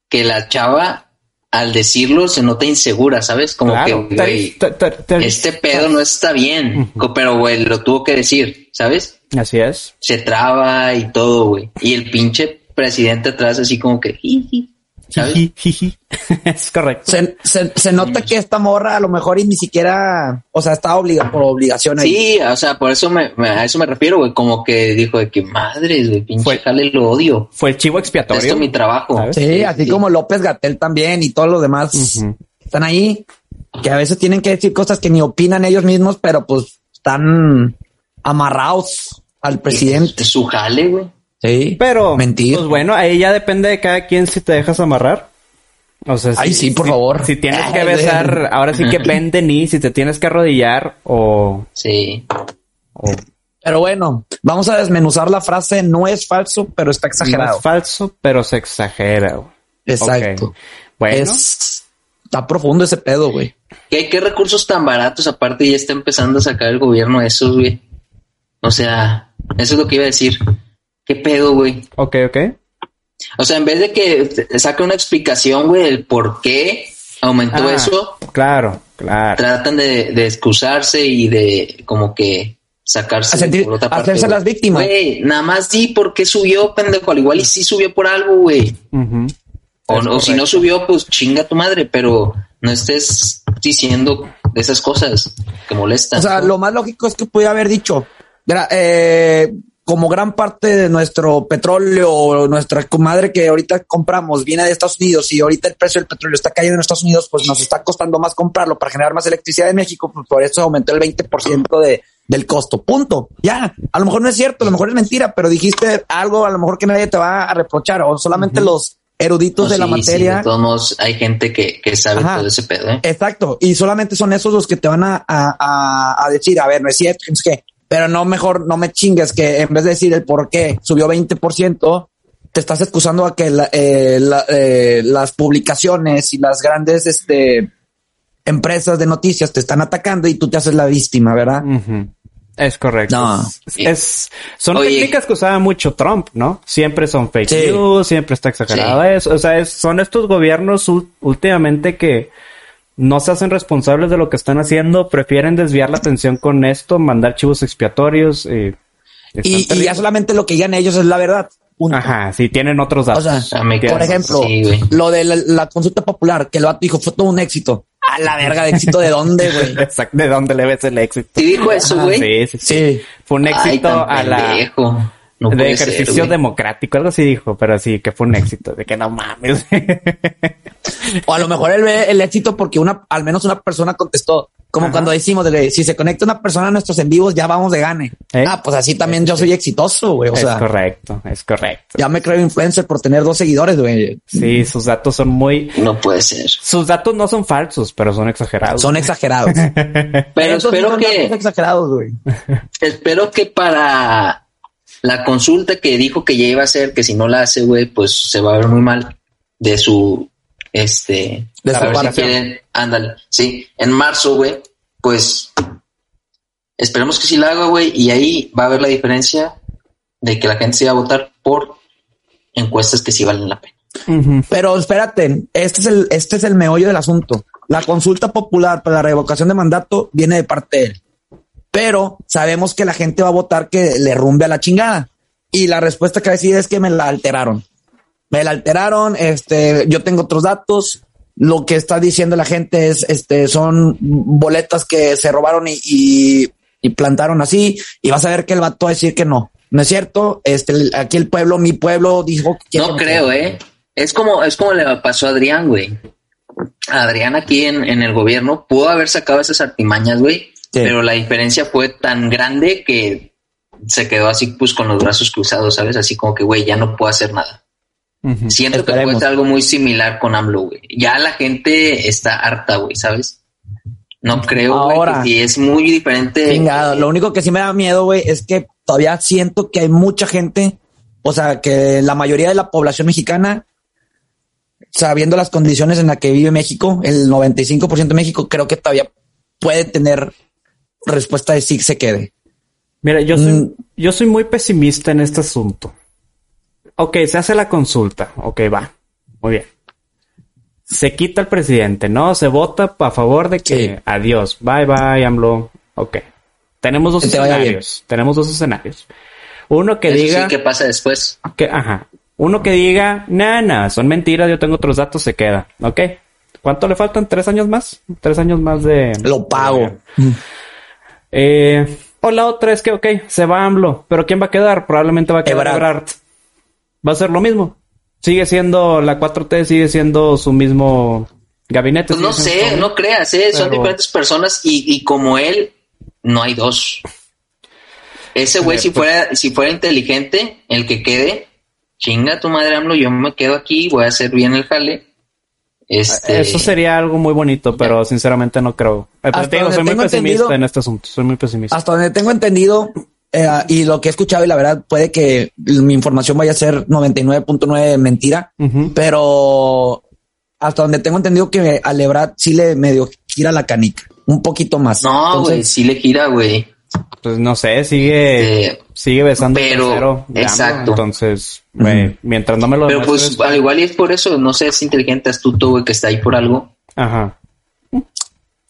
que la chava al decirlo se nota insegura, ¿sabes? Como
Claro.
que,
Tar-
güey,
tar- tar- tar-
este pedo no está bien, Co- pero güey, lo tuvo que decir, ¿sabes?
Así es.
Se traba y todo, güey. Y el pinche presidente atrás así como que, "Jiji", ¿sabes?
es correcto.
Se, se, se nota que esta morra a lo mejor y ni siquiera, o sea, está obligada por obligación ahí.
Sí, o sea, por eso me, me- a eso me refiero, güey, como que dijo de que madres, güey, pinche
Fue-
jale lo odio.
Fue el chivo
Esto
expiatorio.
es mi trabajo.
¿Sabes?
Sí, así
sí.
como López Gatel también y todos los demás
Ujú.
están ahí, que a veces tienen que decir cosas que ni opinan ellos mismos, pero pues están amarrados al presidente.
Su jale, güey.
Sí,
Pero,
mentir.
pues bueno, ahí ya depende de cada quien si te dejas amarrar. O sea,
Ay, sí, por
si-
favor.
Si tienes que
Ay,
besar, ahora sí que vende ni si te tienes que arrodillar o,
Sí.
o
Pero bueno, vamos a desmenuzar la frase, no es falso, pero está
no
exagerado.
es falso, pero se exagera. güey.
Exacto.
Ok. Bueno,
Es, está profundo ese pedo, güey.
¿Qué, ¿Qué recursos tan baratos aparte ya está empezando a sacar el gobierno esos, güey? O sea, eso es lo que iba a decir. ¿Qué pedo, güey?
ok, ok.
O sea, en vez de que saque una explicación, güey, del por qué aumentó
Ah,
eso,
Claro, claro.
tratan de, de excusarse y de como que sacarse
A sentir-
por otra parte.
hacerse
güey.
las víctimas.
Güey, nada más di por qué subió, pendejo. Al igual y sí subió por algo, güey.
Ujú.
O,
Es
no- o si
correcto.
no subió, pues chinga tu madre, pero no estés diciendo esas cosas que molestan.
O sea, lo más lógico es que pudiera haber dicho, mira, eh, como gran parte de nuestro petróleo, o nuestra comadre que ahorita compramos viene de Estados Unidos y ahorita el precio del petróleo está cayendo en Estados Unidos, pues nos está costando más comprarlo para generar más electricidad en México, pues por eso aumentó el 20% de, del costo. Punto. Ya, a lo mejor no es cierto, a lo mejor es mentira, pero dijiste algo a lo mejor que nadie te va a reprochar o solamente los eruditos
No,
de la
sí, sí,
materia.
de todos modos, hay gente que, que sabe
Ajá.
todo ese pedo, ¿eh?
Exacto. Y solamente son esos los que te van a, a- a- a decir, a ver, no es cierto, es que, pero no mejor, no me chingues que en vez de decir el por qué subió 20%, te estás excusando a que la- eh, la- eh, las publicaciones y las grandes este, empresas de noticias te están atacando y tú te haces la víctima, ¿verdad?
Ujú. Es correcto.
No.
Es- es- son
Oye.
técnicas que usaba mucho Trump, ¿no? Siempre son fake
Sí.
news, siempre está exagerado
Sí.
eso. O sea, es- son estos gobiernos ú- últimamente que no se hacen responsables de lo que están haciendo, prefieren desviar la atención con esto, mandar chivos expiatorios. eh, están
Y, y
terribles.
ya solamente lo que digan ellos es la verdad. Punto.
Ajá, sí, tienen otros datos.
sea,
Ah, me
Por
Por
cago.
ejemplo,
Sí, güey.
lo de la, la consulta popular, que el vato dijo, fue todo un éxito. A la verga de éxito, ¿de dónde, güey?
Exacto, ¿De dónde le ves el éxito?
¿Sí dijo eso, güey?
Sí, sí, sí.
Sí.
Fue un
Ay,
éxito
tan
a la...
pendejo. No
de
puede ser,
ejercicio
güey.
democrático, algo así dijo, pero sí, que fue un éxito, de que no mames.
O a lo mejor él ve el éxito porque una, al menos una persona contestó. Como
Ajá.
cuando decimos, de que si se conecta una persona a nuestros en vivos, ya vamos de gane.
¿Eh?
Ah, pues así también yo soy exitoso, güey. O
es
sea,
correcto, es correcto.
ya me creo influencer por tener dos seguidores, güey.
Sí, sus datos son muy...
No puede ser.
Sus datos no son falsos, pero son exagerados.
Son exagerados.
Pero
Esos sí
espero
son datos
que,
Exagerados, güey.
espero que para la consulta que dijo que ya iba a hacer, que si no la hace, güey, pues se va a ver muy mal de su, este,
De
a
su
ver si
parte.
quieren, ándale, sí, en marzo, güey, pues esperemos que sí la haga, güey, y ahí va a haber la diferencia de que la gente se va a votar por encuestas que sí valen la pena.
Ujú.
Pero espérate, este es el, este es el meollo del asunto. La consulta popular para la revocación de mandato viene de parte de él. Pero sabemos que la gente va a votar que le rumbe a la chingada. Y la respuesta que va a decir es que me la alteraron. Me la alteraron, este, yo tengo otros datos. Lo que está diciendo la gente es, este, son boletas que se robaron y, y- y plantaron así. Y vas a ver que el vato va a decir que no. No es cierto. Este, el- aquí el pueblo, mi pueblo dijo que
No creo, ¿eh? Es como, es como le pasó a Adrián, güey. Adrián aquí en, en el gobierno pudo haber sacado esas artimañas, güey, pero la diferencia fue tan grande que se quedó así, pues, con los brazos cruzados, ¿sabes? Así como que, güey, ya no puedo hacer nada.
Ujú.
Siento que
Esperemos.
puede ser algo muy similar con AMLO, güey. Ya la gente está harta, güey, ¿sabes? No creo, güey,
Ahora.
que si es muy diferente.
Chingado. Lo único que sí me da miedo, güey, es que todavía siento que hay mucha gente, o sea, que la mayoría de la población mexicana, sabiendo las condiciones en las que vive México, el 95% de México, creo que todavía puede tener respuesta de sí se quede.
Mira, yo soy,
Mm.
yo soy muy pesimista en este asunto. Ok, se hace la consulta. Ok, va. Muy bien. Se quita el presidente, ¿no? Se vota a favor de que
Sí.
adiós. Bye, bye, AMLO. Ok. Tenemos dos
Que te vaya bien.
escenarios. Tenemos dos escenarios. Uno que
Eso
diga...
sí, ¿qué pasa después?
Que, ajá. Uno que diga, nada, nada, son mentiras, yo tengo otros datos, se queda. ¿Ok? ¿Cuánto le faltan? ¿Tres años más? Tres años más de...
Lo pago.
Eh, o la otra es que, ok, se va AMLO, pero ¿quién va a quedar? Probablemente va a quedar
Ebrard.
Ebrard. Va a ser lo mismo. Sigue siendo, la 4T sigue siendo su mismo gabinete.
Pues no
sigue siendo
sé,
su-
no creas, ¿eh? son
Pero-
diferentes personas y, y como él, no hay dos. Ese güey, si fuera, si fuera inteligente, el que quede, chinga tu madre, AMLO, yo me quedo aquí, voy a hacer bien el jale. Este,
Ah, Eso sería algo muy bonito, pero sinceramente no creo. Eh, pero
Hasta
te digo,
donde
soy muy
tengo
pesimista
entendido-
en este asunto, soy muy pesimista.
Hasta donde tengo entendido eh, y lo que he escuchado y la verdad puede que mi información vaya a ser 99.9 mentira,
Ujú.
pero hasta donde tengo entendido que a Lebrat sí le medio gira la canica, un poquito más.
No,
Entonces,
güey, sí le gira, güey.
Pues no sé, sigue,
Este,
sigue besando el
pero,
trasero de AMLO,
exacto.
entonces, güey, mientras no me lo
Pero pues
demuestres-
al igual y es por eso, no sé, es inteligente, astuto, güey, que está ahí por algo.
Ajá.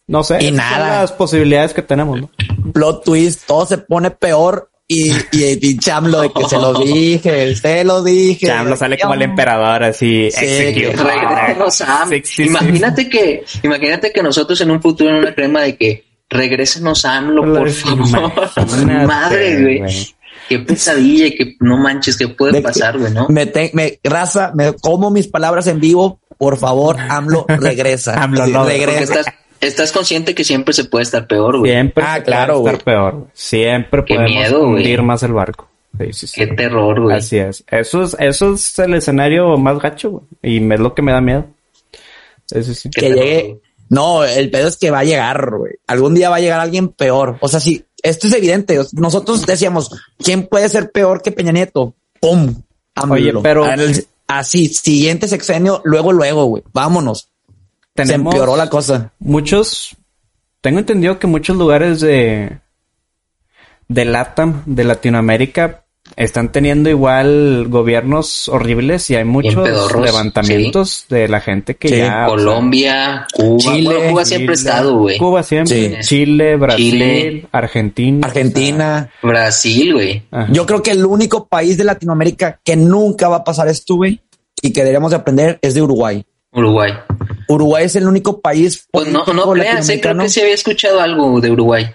No sé. esas
Y
son
nada.
las posibilidades que tenemos, ¿no?
plot twist, todo se pone peor y, y, y Chamlo de que se lo dije, se lo dije.
Ya, AMLO sale como el emperador así.
eh,
Sí,
execute.
que
Regrésenos a AMLO.
Sí, sí, sí.
imagínate que, imagínate que nosotros en un futuro en una crema de que regrésenos a AMLO, por
Pues,
favor.
imagínate,
Madre, güey.
güey.
Qué pesadilla, y que no manches, que puede
De que
pasar, güey, ¿no?
Me, te- me- raza, me como mis palabras en vivo. Por favor, AMLO regresa.
AMLO, no,
Porque
regresa.
estás, estás consciente que siempre se puede estar peor, güey.
Siempre
Ah,
se puede
claro,
estar
güey.
peor. güey. Siempre
Qué
podemos
miedo, güey.
hundir más el barco. Sí, sí, sí.
Qué terror, güey.
Así es. Eso es, eso es el escenario más gacho, güey. Y me- es lo que me da miedo. Eso sí.
Que llegue. No, el pedo es que va a llegar, güey. Algún día va a llegar alguien peor. O sea, sí, esto es evidente. Nosotros decíamos, ¿quién puede ser peor que Peña Nieto? ¡Pum! AMLO.
Oye, pero-
Al- así, siguiente sexenio, luego, luego, güey. Vámonos.
Tenemos-
Se empeoró la cosa.
muchos, tengo entendido que muchos lugares de, de LATAM, de Latinoamérica, están teniendo igual gobiernos horribles y hay muchos
pedorros,
levantamientos de la gente que
Sí.
ya... o sea,
Colombia, Cuba,
Chile,
bueno, Cuba siempre ha
Chile,
estado, güey.
Cuba siempre.
Sí.
Chile, Brasil,
Chile.
Argentina.
Argentina.
Brasil, güey.
Ajá.
Yo creo que el único país de Latinoamérica que nunca va a pasar esto, güey, y que deberíamos de aprender es de Uruguay.
Uruguay.
Uruguay es el único país.
Pues no, no
político
creas, eh, creo
latinoamericano.
que sí había escuchado algo de Uruguay.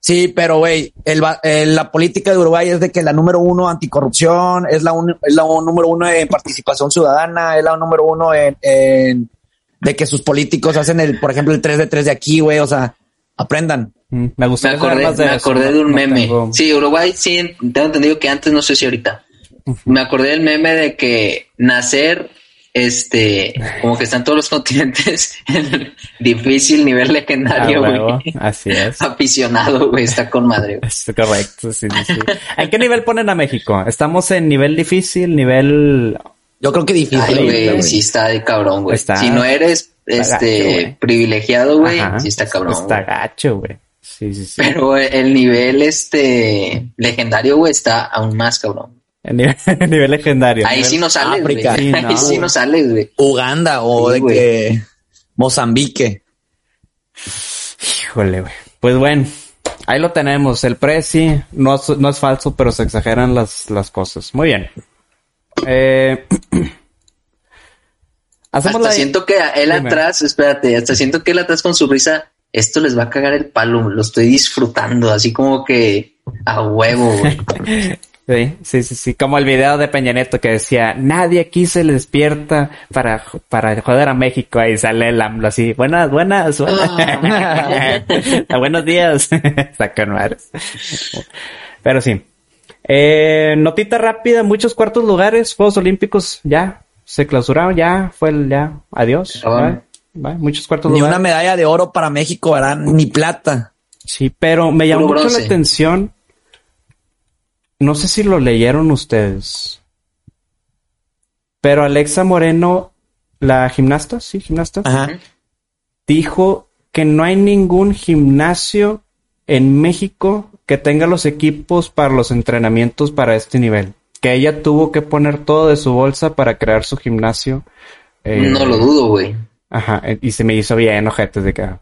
Sí, pero güey, el va- eh, la política de Uruguay es de que la número uno anticorrupción, es la, un- es la un- número uno en participación ciudadana, es la número uno en, en- de que sus políticos hacen el, por ejemplo, el 3 de 3 de aquí, güey, o sea, aprendan.
Mm, Me
Me
gustaría saber
acordé,
más de
me
eso,
acordé
no-
de un
no
meme.
tengo-
Sí, Uruguay, sí, tengo entendido que antes, no sé si ahorita. Me acordé del meme de que nacer, este, como que están todos los continentes en el difícil nivel
Ah,
legendario,
huevo,
güey.
Así es.
Aficionado, güey, está con madre. güey.
Es correcto, sí, sí, sí. ¿En qué nivel ponen a México? Estamos en nivel difícil, nivel
Yo creo que difícil.
Ay,
ahorita,
güey,
güey.
sí está de cabrón, güey.
Está-
Si no eres,
está gacho,
este,
güey.
privilegiado, güey,
Ajá,
sí está cabrón.
Está
güey.
gacho, güey. Sí, sí, sí.
Pero el nivel, este, legendario, güey, está aún más cabrón.
A nivel, a nivel legendario.
Ahí
Nivel-
sí no sales, güey.
África.
Sí, no,
Ahí sí
güey.
no sales, güey.
Uganda o
Sí,
de
güey.
que Mozambique.
Híjole, güey. Pues bueno, ahí lo tenemos. El preci no es, no es falso, pero se exageran las, las cosas. Muy bien. Eh, hacemos
Hasta
la...
siento que a- él
Dime.
atrás, espérate, hasta siento que él atrás con su risa, esto les va a cagar el palo, lo estoy disfrutando, así como que a huevo, güey.
Sí, sí, sí, sí. Como el video de Peña Nieto que decía, nadie aquí se le despierta para, para joder a México. Ahí sale el AMLO así, buenas, buenas, buenas. buenos días. Sacan madres. Pero sí. Eh, notita rápida, muchos cuartos lugares, Juegos Olímpicos ya se clausuraron, ya fue el, ya, adiós.
Acabaron.
Bye, bye. Muchos cuartos
Ni
lugares.
una medalla de oro para México, ¿verdad? Ni plata.
Sí, pero me llamó
Puro
mucho la
bronce.
atención. No sé si lo leyeron ustedes. Pero Alexa Moreno, la gimnasta, sí, gimnasta,
Ajá.
dijo que no hay ningún gimnasio en México que tenga los equipos para los entrenamientos para este nivel. Que ella tuvo que poner todo de su bolsa para crear su gimnasio. eh,
No lo dudo, güey.
Ajá, eh, y se me hizo bien ojetes de que... ah,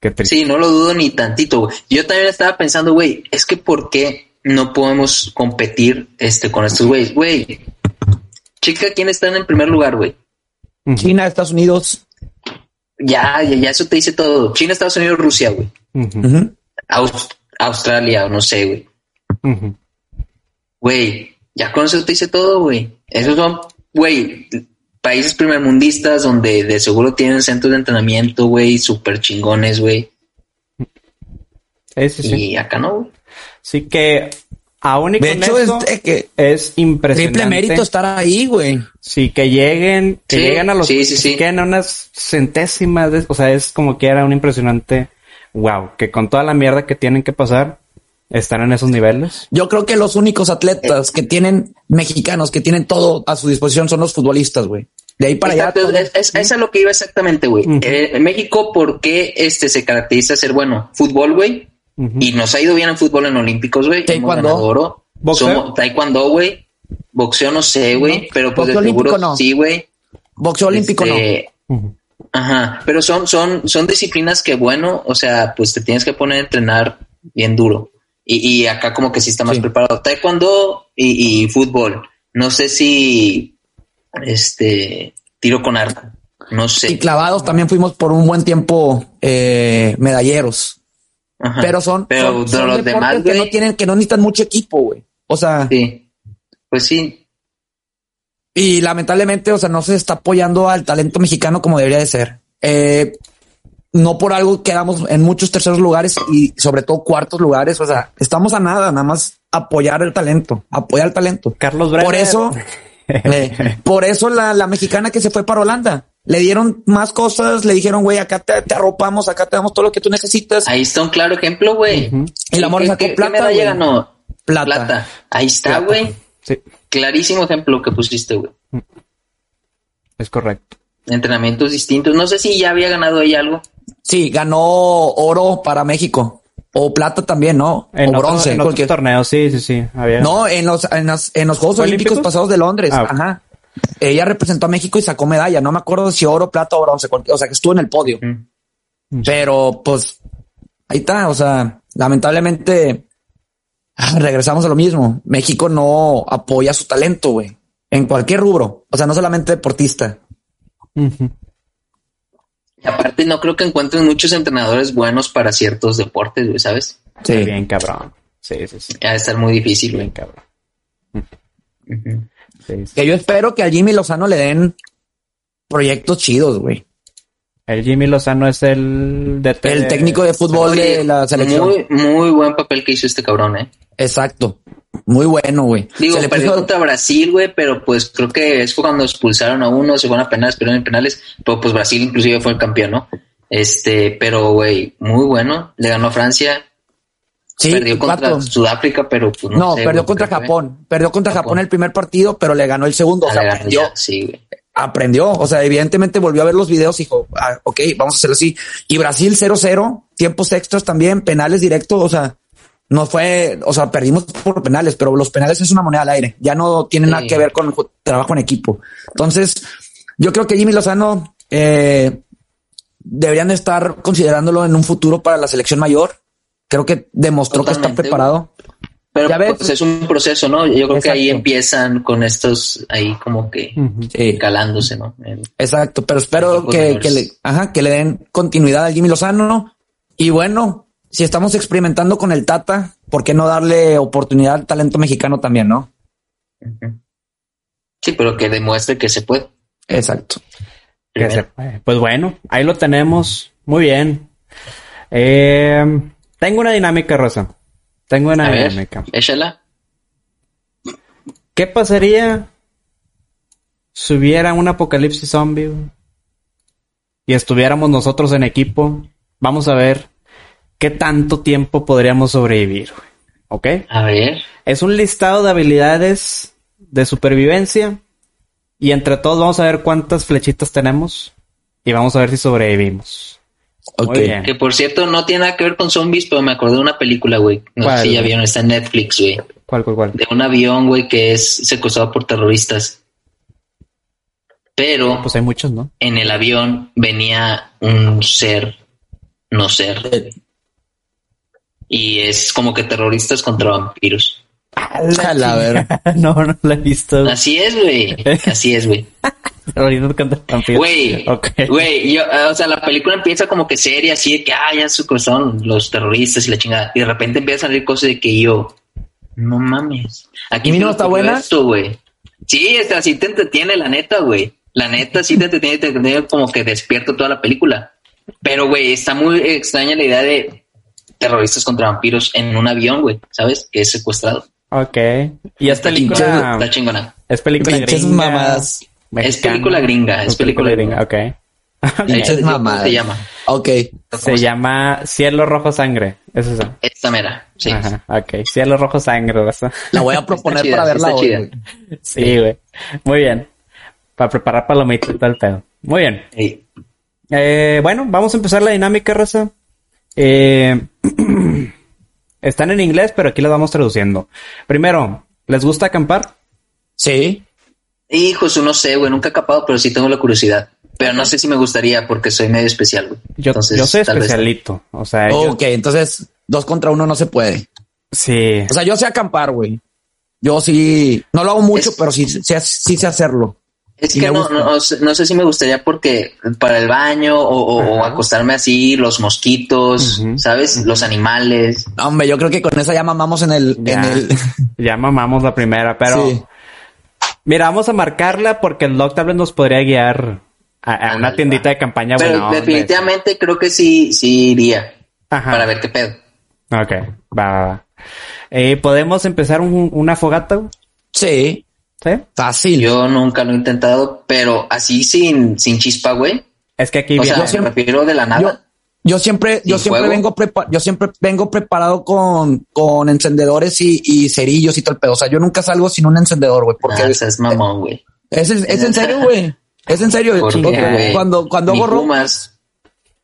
Qué triste.
Sí, no lo dudo ni tantito, güey. Yo también estaba pensando, güey, es que ¿por qué no podemos competir este con estos güeyes? Güey, chica, ¿quién está en el primer lugar, güey?
Ujú,
China, Estados Unidos.
Ya, ya, ya, eso te dice todo. China, Estados Unidos, Rusia, güey.
ujú,
Ujú.
Aus- Australia, o no sé, güey.
ujú.
Güey, ya con eso te dice todo, güey. Esos son, güey, países primermundistas donde de seguro tienen centros de entrenamiento, güey, súper chingones, güey.
Sí, sí, sí.
Y acá no, güey.
Así que, aún y
De
con
hecho,
eso,
es de que
es impresionante.
triple mérito estar ahí, güey.
Sí, que lleguen, que
Sí,
lleguen a los,
sí, sí, sí.
que queden a unas centésimas, de- o sea, es como que era un impresionante, wow, que con toda la mierda que tienen que pasar, están en esos niveles.
Yo creo que los únicos atletas que tienen mexicanos que tienen todo a su disposición son los futbolistas, güey. De ahí para allá.
Exacto, es, es- es a lo que iba exactamente, güey.
Ujú.
Eh, México, ¿por qué este, se caracteriza a ser, bueno, fútbol, güey? Y nos ha ido bien en fútbol en Olímpicos, güey. Hemos
Taekwondo.
ganado oro.
Boxeo.
Somos- taekwondo, güey. Boxeo no sé, güey. Pero pues de
Boxeo olímpico
seguro
no.
sí, güey.
Boxeo olímpico
Este,
Ujú.
Ajá. Pero son, son, son disciplinas que, bueno, o sea, pues te tienes que poner a entrenar bien duro. Y, y acá como que sí está más
Sí.
preparado. Taekwondo y, y fútbol. No sé si este tiro con arco. No
no.
sé.
Y clavados también fuimos por un buen tiempo eh, medalleros.
Ajá.
Pero son,
Ah, pero
son-
de
son
los
deportes
demás,
que no
güey,
tienen, que no necesitan mucho equipo, güey. O sea,
sí. Pues sí,
Y lamentablemente, o sea, no se está apoyando al talento mexicano como debería de ser. Eh, no por algo quedamos en muchos terceros lugares y sobre todo cuartos lugares. O sea, estamos a nada, nada más apoyar el talento, apoyar el talento.
Carlos Bremer.
Por eso, eh, por eso la, la mexicana que se fue para Holanda le dieron más cosas, le dijeron, güey, acá te, te arropamos, acá te damos todo lo que tú necesitas.
Ahí está un claro ejemplo, güey.
El amor
¿Qué-
sacó
qué- qué
plata,
medalla
güey.
ganó?
Plata.
Ahí está,
Plata.
güey.
Sí,
Clarísimo ejemplo que pusiste, güey.
es correcto.
Entrenamientos distintos. No sé si ya había ganado ahí algo.
Sí, ganó oro para México o plata también, ¿no?
En
o
otros-
bronce.
en otros
cualquier-
torneos, sí, sí, sí. Había...
No, en los, en las- en los Juegos
¿Olímpicos?
Olímpicos, pasados de Londres.
Ah.
Ajá. Ella representó a México y sacó medalla. No me acuerdo si oro, plata o bronce. cual- O sea, que estuvo en el podio.
Mm.
Pero pues ahí está. O sea, lamentablemente ah, regresamos a lo mismo. México no apoya su talento, güey. En cualquier rubro. O sea, no solamente deportista.
Ujú.
Y aparte, no creo que encuentren muchos entrenadores buenos para ciertos deportes, güey, ¿sabes?
Sí.
Bien cabrón. Sí, sí, sí.
Ha de estar muy difícil,
Bien
güey.
cabrón.
Ujú.
Sí, sí.
Que yo espero que a Jimmy Lozano le den proyectos chidos, güey.
El Jimmy Lozano es el... DT de-
El técnico de fútbol de la selección.
Muy, muy buen papel que hizo este cabrón, eh.
Exacto. Muy bueno, güey.
Digo,
Se le
perdió
puso-
contra Brasil, güey, pero pues creo que es cuando expulsaron a uno, se fueron a penales, pero en penales, pero pues Brasil inclusive fue el campeón, ¿no? Este, pero güey, muy bueno, le ganó a Francia,
Sí,
perdió contra
vato.
Sudáfrica, pero pues no,
No,
sé,
perdió
güey,
contra
creo que-
Japón. Perdió contra Japón.
Japón.
el primer partido, pero le ganó el segundo.
Ah,
O sea,
le ganó
aprendió,
ya, sí, güey.
aprendió. O sea, evidentemente volvió a ver los videos y dijo, ah, ok, vamos a hacerlo así. Y Brasil 0-0, tiempos extras también, penales directos. O sea, no fue, o sea, perdimos por penales, pero los penales es una moneda al aire. Ya no tiene nada
Sí.
que ver con ju- trabajo en equipo. Entonces, yo creo que Jimmy Lozano, eh, deberían de estar considerándolo en un futuro para la selección mayor. Creo que demostró que
Totalmente,
está preparado.
Pero
Ya ves.
pues es un proceso, ¿no? Yo creo que ahí
Exacto.
empiezan con estos ahí como que
Ujú.
Sí.
calándose, ¿no? En-
Exacto, pero espero
Equipos
que,
menores.
que le, ajá, que le den continuidad al Jimmy Lozano. Y bueno, si estamos experimentando con el Tata, ¿por qué no darle oportunidad al talento mexicano también, no?
Ujú. Sí, pero que demuestre que se puede.
Exacto.
Que
Primero.
se fue. Pues bueno, ahí lo tenemos. Muy bien. Eh, tengo una dinámica, Rosa. Tengo una
A ver,
dinámica.
échala.
¿Qué pasaría si hubiera un apocalipsis zombie güey? y estuviéramos nosotros en equipo? Vamos a ver qué tanto tiempo podríamos sobrevivir, güey. ¿ok?
A ver.
Es un listado de habilidades de supervivencia y entre todos vamos a ver cuántas flechitas tenemos y vamos a ver si sobrevivimos. Muy bien.
Que por cierto, no tiene nada que ver con zombies, pero me acordé de una película, güey. No
¿Cuál,
sé si ya
güey?
vieron, está en Netflix, güey.
¿Cuál, cuál, cuál?
De un avión, güey, que es secuestrado por terroristas. Pero
Pues hay muchos, ¿no?
en el avión venía un ser, no ser. Y es como que terroristas contra vampiros.
Ojalá, a ver.
no, no la he visto. güey.
Así es, güey. Así es, güey.
Terroristas contra vampiros.
Güey,
Ok.
güey, yo, eh, o sea, la película empieza como que seria, así de que, ah, ya secuestraron los terroristas y la chingada. Y de repente empiezan a salir cosas de que yo, no mames. Aquí
¿Y no está buena?
Esto, güey. Sí, está, sí te entretiene, la neta, güey. La neta, sí te entretiene, te entretiene como que despierto toda la película. Pero, güey, está muy extraña la idea de terroristas contra vampiros en un avión, güey, ¿sabes? Que es secuestrado.
Ok. Y es
chingona, Está
película.
chingona.
Es película
Pinches
gringa.
mamadas.
Es película gringa, es película
Ok. Ok.
Ahí te
Pinches
digo cómo
mamadas.
se llama.
Ok.
Se llama Cielo Rojo Sangre. Es eso.
Esta mera, sí.
Ajá, ok. Cielo Rojo Sangre, raza.
La voy a proponer
chida,
para
está
verla hoy.
chida.
güey.
Sí, güey. Muy bien. Para preparar palomitas y todo el pedo. Muy bien.
Sí.
Eh, bueno, vamos a empezar la dinámica, raza. Eh, Están en inglés, pero aquí las vamos traduciendo. Primero, ¿les gusta acampar?
Sí.
Hijos, no sé, güey, nunca he capado, pero sí tengo la curiosidad. Pero no sé si me gustaría porque soy medio especial, güey.
Yo,
Entonces,
yo soy
tal vez-
especialito. O sea, yo-
ok, entonces dos contra uno no se puede.
sí.
O sea, yo sé acampar, güey. Yo sí, no lo hago mucho,
Es-
pero sí, sí, sí sé hacerlo.
Es
Y
que
me
no,
gusta.
no, no sé- no sé si me gustaría porque para el baño o, o- o acostarme así, los mosquitos,
Ujú,
¿sabes? Los animales.
No, Hombre, yo creo que con esa ya mamamos en el, en
Ya,
el,
ya mamamos la primera, pero
Sí.
mira, vamos a marcarla porque el Doc tal vez nos podría guiar a, a una
Ándale,
tiendita
va.
de campaña.
Pero
buena onda.
definitivamente creo que sí, sí iría
Ajá.
para ver qué pedo.
Ok, va, va, va. Eh, ¿Podemos empezar un- una fogata? güey?
sí,
¿Sí?
fácil. Yo,
Yo nunca lo he intentado, pero así sin, sin chispa, güey.
Es que aquí
O
viene-
sea, me
siempre-
refiero de la
Ah,
nada.
yo siempre, yo
¿Sin
siempre
fuego?
vengo prepa- yo siempre vengo preparado con, con encendedores y, y cerillos y todo el pedo. O sea, yo nunca salgo sin un encendedor, güey, porque
Ah, seas mamón, güey.
es, es, en serio, güey. Es en serio.
Porque, güey,
Cuando, cuando
ni
hago ro-
fumas.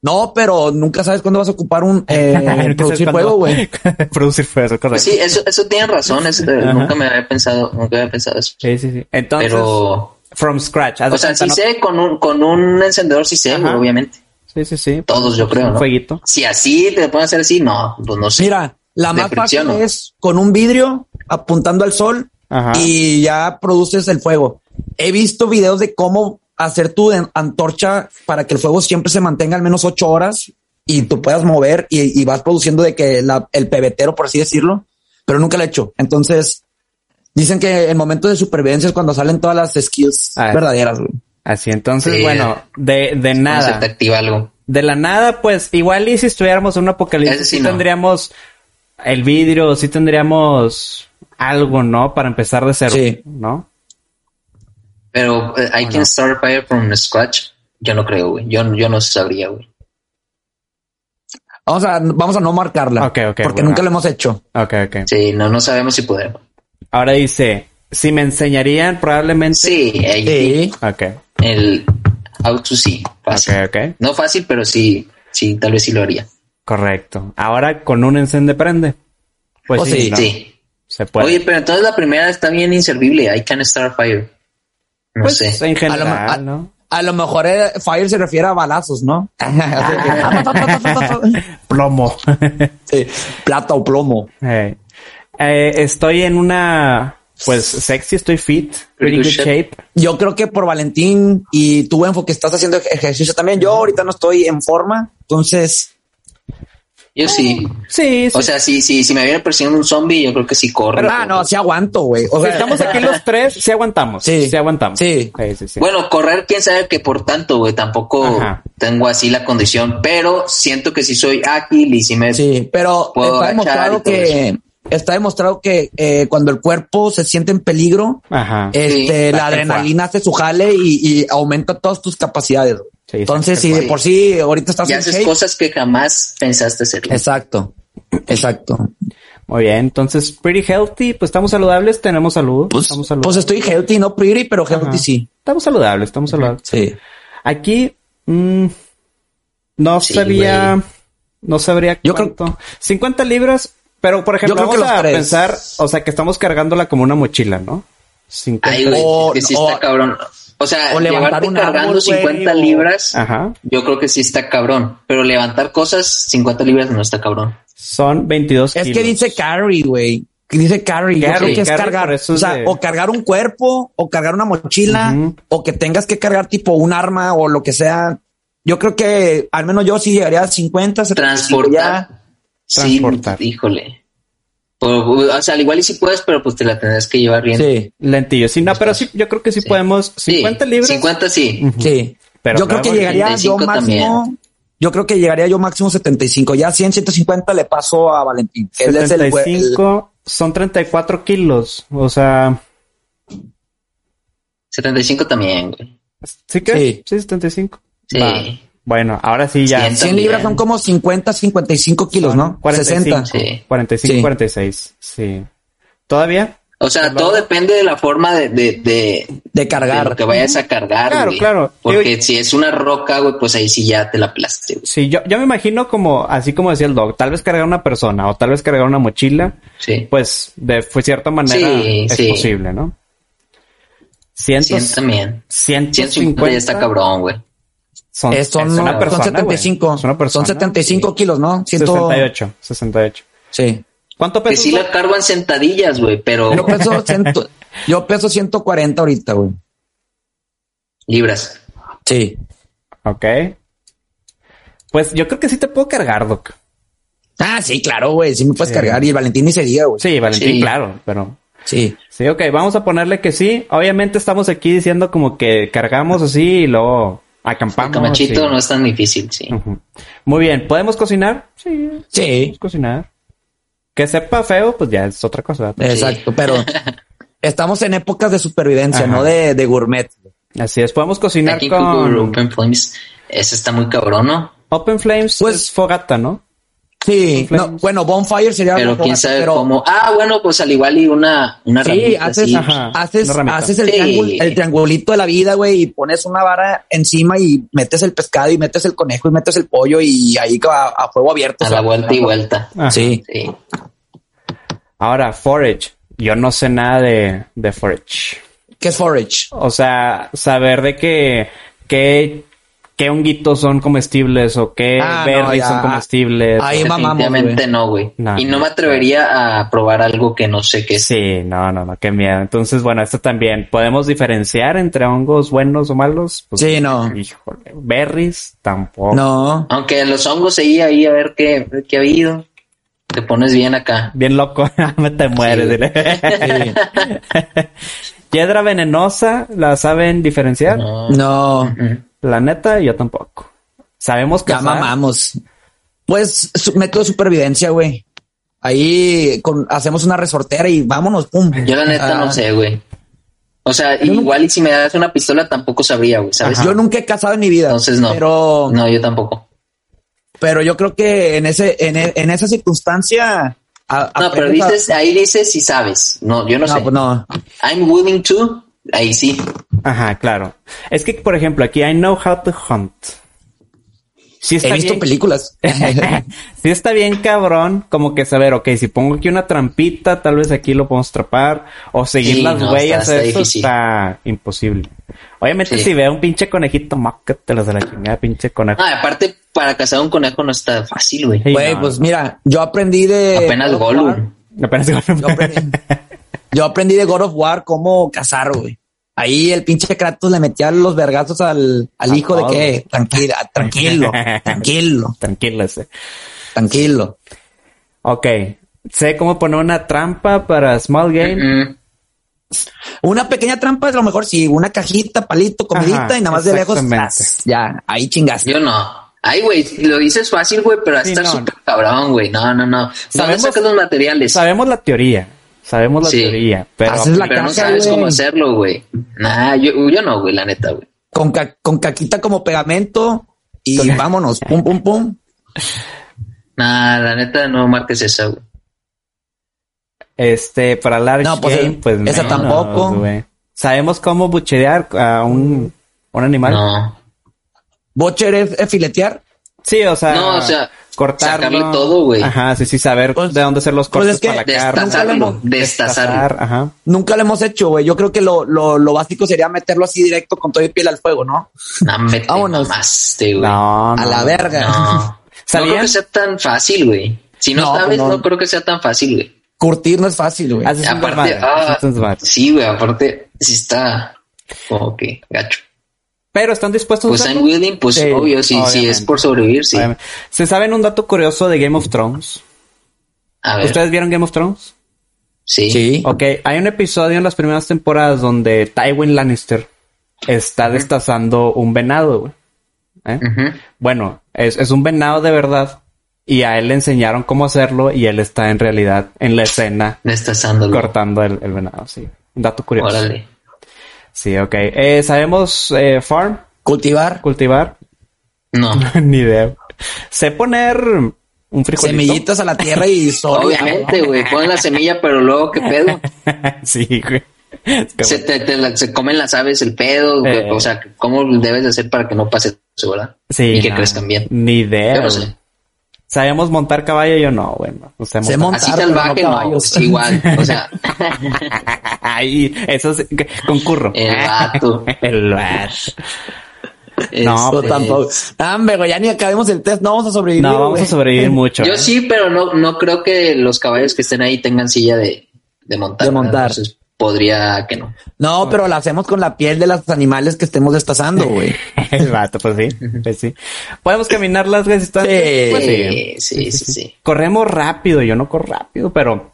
No, pero nunca sabes cuándo vas a ocupar un eh,
Nunca
producir
sabes
fuego,
cuándo-
güey.
producir fuego, eso es correcto.
Pues sí, eso, eso tienen razón. es- eh, nunca me había pensado, nunca había pensado eso.
Sí, sí, sí. Entonces,
Pero-
from scratch. haz de
O sea,
cuenta,
sí
¿no?
sé, con un, con un encendedor sí sé,
Ajá.
güey, obviamente.
Sí, sí, sí.
Todos, yo creo,
Un
¿no?
fueguito.
Si así te pueden hacer así, no, pues no sé.
Mira, la
De
más fácil
fricción, ¿no?
es con un vidrio apuntando al sol
Ajá.
y ya produces el fuego. He visto videos de cómo hacer tu en- antorcha para que el fuego siempre se mantenga al menos ocho horas y tú puedas mover y, y vas produciendo de que la- el pebetero, por así decirlo, pero nunca lo he hecho. Entonces dicen que en momentos de supervivencia es cuando salen todas las skills
Ah,
verdaderas. güey.
Así, entonces,
Sí.
bueno, de, de
No se te
nada.
activa algo.
De la nada, pues, igual y si estuviéramos en un apocalipsis,
Ese sí
sí
no.
tendríamos el vidrio, sí tendríamos algo, ¿no? Para empezar de cero,
Sí.
¿no?
Pero eh, I
¿O
can
no?
start a fire from scratch. Yo no creo, güey. Yo, yo no sabría, güey.
Vamos a, vamos a no marcarla
Ok, ok,
porque
bueno.
nunca lo hemos hecho.
Ok, ok.
Sí, no, no sabemos si podemos.
Ahora dice, si me enseñarían probablemente...
Sí, ahí
Sí.
Ok,
el auto sí. Fácil.
ok, ok.
No fácil, pero sí, sí, tal vez sí lo haría.
Correcto. Ahora con un encende prende. Pues
Oh,
sí,
sí.
¿no?
Sí.
se
Pues-
puede.
Oye, pero entonces la primera está bien inservible. I can start a fire. No
Pues,
sé.
en
A lo,
general,
ma- a-
¿no?
a lo mejor eh, Fire se refiere a balazos, ¿no?
Plomo.
Sí, plata o plomo.
Hey. Eh, estoy en una, pues, sexy, estoy fit, pretty
Pretty
good
good shape.
shape.
Yo creo que por Valentín y tu enfo que estás haciendo ej- ejercicio también. Yo ahorita no estoy en forma, entonces
Yo
Eh,
sí.
Sí, sí.
O sea, si, si, si me viene persiguiendo un zombie, yo creo que sí corro.
ah, no, sí aguanto, güey. O
Si
sea,
estamos aquí los tres, sí aguantamos.
Sí.
Sí, aguantamos.
Sí.
Sí, sí, sí.
Bueno, correr, quién sabe que por tanto, güey, tampoco
Ajá.
tengo así la condición, pero siento que sí soy ágil y sí me...
sí, pero
Puedo
está
agachar y
demostrado
todo
que está demostrado que eh, cuando el cuerpo se siente en peligro,
Ajá.
este,
la
Sí,
la
que fue.
adrenalina hace su jale y, y aumenta todas tus capacidades. güey.
Sí, está
entonces, si de
fue.
por sí ahorita estás
Y
en
haces
shape-
cosas que jamás pensaste hacer.
exacto, exacto.
Muy bien. Entonces, pretty healthy, pues estamos saludables, tenemos salud.
Pues,
estamos saludables.
pues estoy healthy, no pretty, pero healthy
Ajá.
sí.
Estamos saludables, estamos saludables.
Sí.
Aquí, mm, no
Sí,
sabía,
güey.
no sabría
Yo creo-
cuánto. 50 libras, pero por ejemplo,
creo que
vamos
los
a
tres.
pensar, o sea, que estamos cargándola como una mochila, ¿no? 50.
Ay, güey,
O-
que sí
o-
está cabrón. O sea,
o levantar
llevarte
un
cargando
árbol, güey,
50
o-
libras,
Ajá.
yo creo que sí está cabrón. Pero levantar cosas 50 libras no está cabrón.
Son 22
Es que
kilos.
dice carry, güey. Que Dice carry. Yo
Carry,
creo que es
carry,
cargar.
por eso
o
es
sea,
de-
o cargar un cuerpo, o cargar una mochila,
Ujú.
o que tengas que cargar tipo un arma o lo que sea. Yo creo que al menos yo sí llegaría a 50, 75
Transportar.
ya.
Sí,
Transportar.
híjole. Pero, o sea, al igual y si puedes, pero pues te la tendrás que llevar bien.
Sí,
Lentillo. Sí, no, pero sí, yo creo que sí,
Sí.
podemos.
Sí,
50 libras.
50
Mm.
sí.
sí.
Pero
yo creo que
luego
llegaría yo
75
máximo.
también.
Yo creo que llegaría yo máximo 75. Ya 100, 150 le paso a Valentín. que Él es el, güe- el-
75 son 34 kilos. O sea,
75 también, güey.
¿sí que? Sí,
Sí.
75.
Sí.
Va. Bueno, ahora sí ya.
Cien
100 libras
también.
son como 50, 55 kilos,
Son
¿no?
45,
60.
Sí.
45,
Sí.
46. Sí. ¿Todavía?
O sea,
Claro.
todo depende de la forma de, de, de,
de
de
cargar.
lo que vayas a cargar.
Claro,
güey.
claro.
Porque si es una roca, güey, pues ahí sí ya te la aplaste. güey.
Sí, yo, yo me imagino como, así como decía el Doc, tal vez cargar una persona o tal vez cargar una mochila,
Sí.
pues de fue cierta manera
Sí,
es
sí.
posible, ¿no? Cientos,
100 también. 150 ya está
150
cabrón, güey.
son,
Eh, son,
es una
son
persona, güey.
75.
Es una persona.
son 75 kilos, ¿no? 168.
68, 68.
Sí.
¿Cuánto
Que
peso?
sí la cargo en sentadillas, güey, pero
Yo peso, ciento- yo peso 140 ahorita, güey.
libras.
Sí.
Ok. Pues yo creo que sí te puedo cargar, Doc.
Ah, sí, claro, güey. Sí me puedes
Sí.
cargar. Y el Valentín ni se diga, güey.
Sí, Valentín,
Sí.
claro, pero...
Sí.
Sí, ok, vamos a ponerle que sí. Obviamente estamos aquí diciendo como que cargamos así y luego acampamos.
Camachito
así.
no es tan difícil, sí.
Ujú. Muy bien, ¿podemos cocinar? Sí, podemos
Sí.
cocinar. Que sepa feo, pues ya es otra cosa. ¿verdad?
Exacto. Pero estamos en épocas de supervivencia,
Ajá.
no de, de gourmet.
Así es, podemos cocinar
Aquí
con
con Open Flames, ese está muy cabrón, ¿no?
Open Flames,
Pues-
es fogata, ¿no?
Sí.
Con
No,
flames.
bueno, bonfire sería
Pero
algo
quién
fogata,
sabe
pero
cómo. Ah, bueno, pues al igual y una, una
Sí,
ramita,
haces-
sí.
ajá.
Haces,
Una ramita.
haces el,
Sí.
triangul- el triangulito de la vida, güey, y pones una vara encima y metes el pescado y metes el conejo y metes el pollo y ahí a, a fuego abierto.
A
o sea,
la vuelta y vuelta.
Ajá.
Sí.
Sí.
Ahora, forage. Yo no sé nada de, de forage.
¿Qué es forage?
O sea, saber de qué, qué, qué honguitos son comestibles o qué
Ah, no,
berries
ya.
son comestibles.
Ahí mamamos,
Definitivamente
güey.
no, güey.
No,
y
no.
no me atrevería a probar algo que no sé qué es.
Sí, no, no, no, qué miedo. Entonces, bueno, esto también. ¿Podemos diferenciar entre hongos buenos o malos? Pues,
Sí, no.
Híjole, berries tampoco.
No.
Aunque los hongos seguí ahí a ver qué, qué ha habido. Te pones bien acá.
Bien loco, me te mueres.
Sí.
dile. Hiedra venenosa, ¿la saben diferenciar?
No.
No.
Mm.
La neta, yo tampoco. Sabemos que
Ya mamamos. Pues su- método de supervivencia, güey. Ahí con- hacemos una resortera y vámonos, pum.
Yo la neta
Ah,
no sé, güey. O sea, igual y si me das una pistola tampoco sabría, güey, ¿sabes?
Yo nunca he casado en mi vida.
Entonces no.
Pero
No, yo tampoco.
Pero yo creo que en ese, en, e- en esa circunstancia. a-
No, pero
aprendes a-
dices, ahí dices si sabes. No, yo no,
No,
sé.
pues no.
I'm willing to. Ahí sí.
Ajá, claro. Es que, por ejemplo, aquí I know how to hunt. Sí está
He visto
bien-
películas.
sí está bien cabrón, como que saber, ok, si pongo aquí una trampita, tal vez aquí lo podemos atrapar, o seguir
Sí,
las
no,
huellas,
está- está
eso
difícil.
está imposible. Obviamente
Sí.
si veo un pinche conejito, te los de la chingada, pinche conejo.
Ah, aparte, para cazar un conejo no está fácil, güey.
Sí,
Güey,
no,
pues
no.
mira, yo aprendí de.
Apenas
God of
Gollum.
War.
Apenas-
Yo aprendí, yo aprendí de God of War cómo cazar, güey. Ahí el pinche Kratos le metía los vergazos al, al
A
hijo
todo.
de que tranquilo, tranquilo, tranquilo,
Tranquilo ese.
tranquilo.
eh. Ok, sé cómo poner una trampa para Small Game.
Mm.
Una pequeña trampa, a lo mejor sí, una cajita, palito, comidita
Ajá,
y nada más de lejos.
exactamente.
tas, Ya, ahí chingaste.
Yo no. Ay, güey, lo dices fácil, güey, pero hasta
Sí,
estar
no,
súper cabrón, güey. No, no, no. ¿Dónde
Sabemos-
sacas los materiales?
Sabemos la teoría, sabemos la
Sí.
teoría, pero...
Haces la
Pero no
caja,
sabes
güey.
cómo hacerlo, güey. Nah, yo, yo no, güey, la neta, güey.
con, ca- con caquita como pegamento y vámonos, pum, pum, pum.
Nah, la neta no marques esa, güey.
Este, para Large
No, pues,
Game, pues
esa
menos,
tampoco.
güey. Sabemos cómo bucherear a un, un animal.
No.
Bocher es, es filetear.
Sí, o sea,
No, o sea,
cortarlo.
sacarle todo, güey.
Ajá, sí, sí, saber
Pues-
de dónde hacer los
pues
cortes
es que
para la carne.
Destazarlo.
nunca
Destazarlo.
ajá.
Nunca lo hemos hecho, güey. Yo creo que lo, lo, lo básico sería meterlo así directo con todo y piel al fuego, ¿no?
Nah, me te
Vámonos.
mamaste, güey. No.
No, no.
a la verga.
No.
¿Sabían?
creo que sea tan fácil, güey. Si no,
pues
No,
sabes,
no.
no. creo que sea tan fácil, güey.
Curtir no es fácil, güey.
Haces un
Aparte,
desmadre,
ah,
haces un desmadre.
sí, güey, aparte, sí está como que gacho.
Pero están dispuestos a
Pues
hacerlo?
I'm willing, pues
Sí,
obvio, si, si es
obviamente.
por sobrevivir, sí.
Obviamente. ¿Se saben un dato curioso de Game of Thrones?
A ver,
¿Ustedes vieron Game of Thrones?
sí.
Sí.
Ok, hay un episodio en las primeras temporadas donde Tywin Lannister está destazando un venado, güey. ¿Eh?
Ujú.
Bueno, es, es un venado de verdad. Y a él le enseñaron cómo hacerlo y él está en realidad en la escena
Destazándolo.
cortando el, el venado, sí. Un dato curioso.
Órale.
Sí, ok. Eh, ¿Sabemos eh, farm?
Cultivar.
¿Cultivar?
No.
Ni idea. Sé poner Un frijolito.
Semillitas a la tierra y sol.
Obviamente, güey. Pon la semilla, pero luego, ¿qué pedo?
sí, güey. Es que,
Se,
güey,
te, te la- se comen las aves el pedo. güey.
Eh.
O sea, ¿cómo debes de hacer para que no pase eso, verdad?
sí,
y que
no,
crezcan bien.
Ni idea.
Yo no
güey.
sé.
Sabemos montar caballo, yo no, pues güey. No, no sé montar.
Se monta.
Así
Montar,
salvaje,
pero no
no,
caballos.
igual. O sea,
Ay, eso es concurro.
el vato.
El vato. No, pues,
No,
este,
tampoco. Hombre, güey, ya ni acabemos el test, no vamos a sobrevivir.
No, vamos
güey.
a sobrevivir mucho.
Yo
¿eh?
sí, pero no, no creo que los caballos que estén ahí tengan silla de, de montar.
De montar.
Entonces podría que no.
No, pero la hacemos con la piel de los animales que estemos destazando, güey.
El vato, pues sí, pues sí. ¿Podemos caminar las distancias?
Sí.
Pues sí.
Eh, sí, sí, sí.
Corremos rápido, yo no corro rápido, pero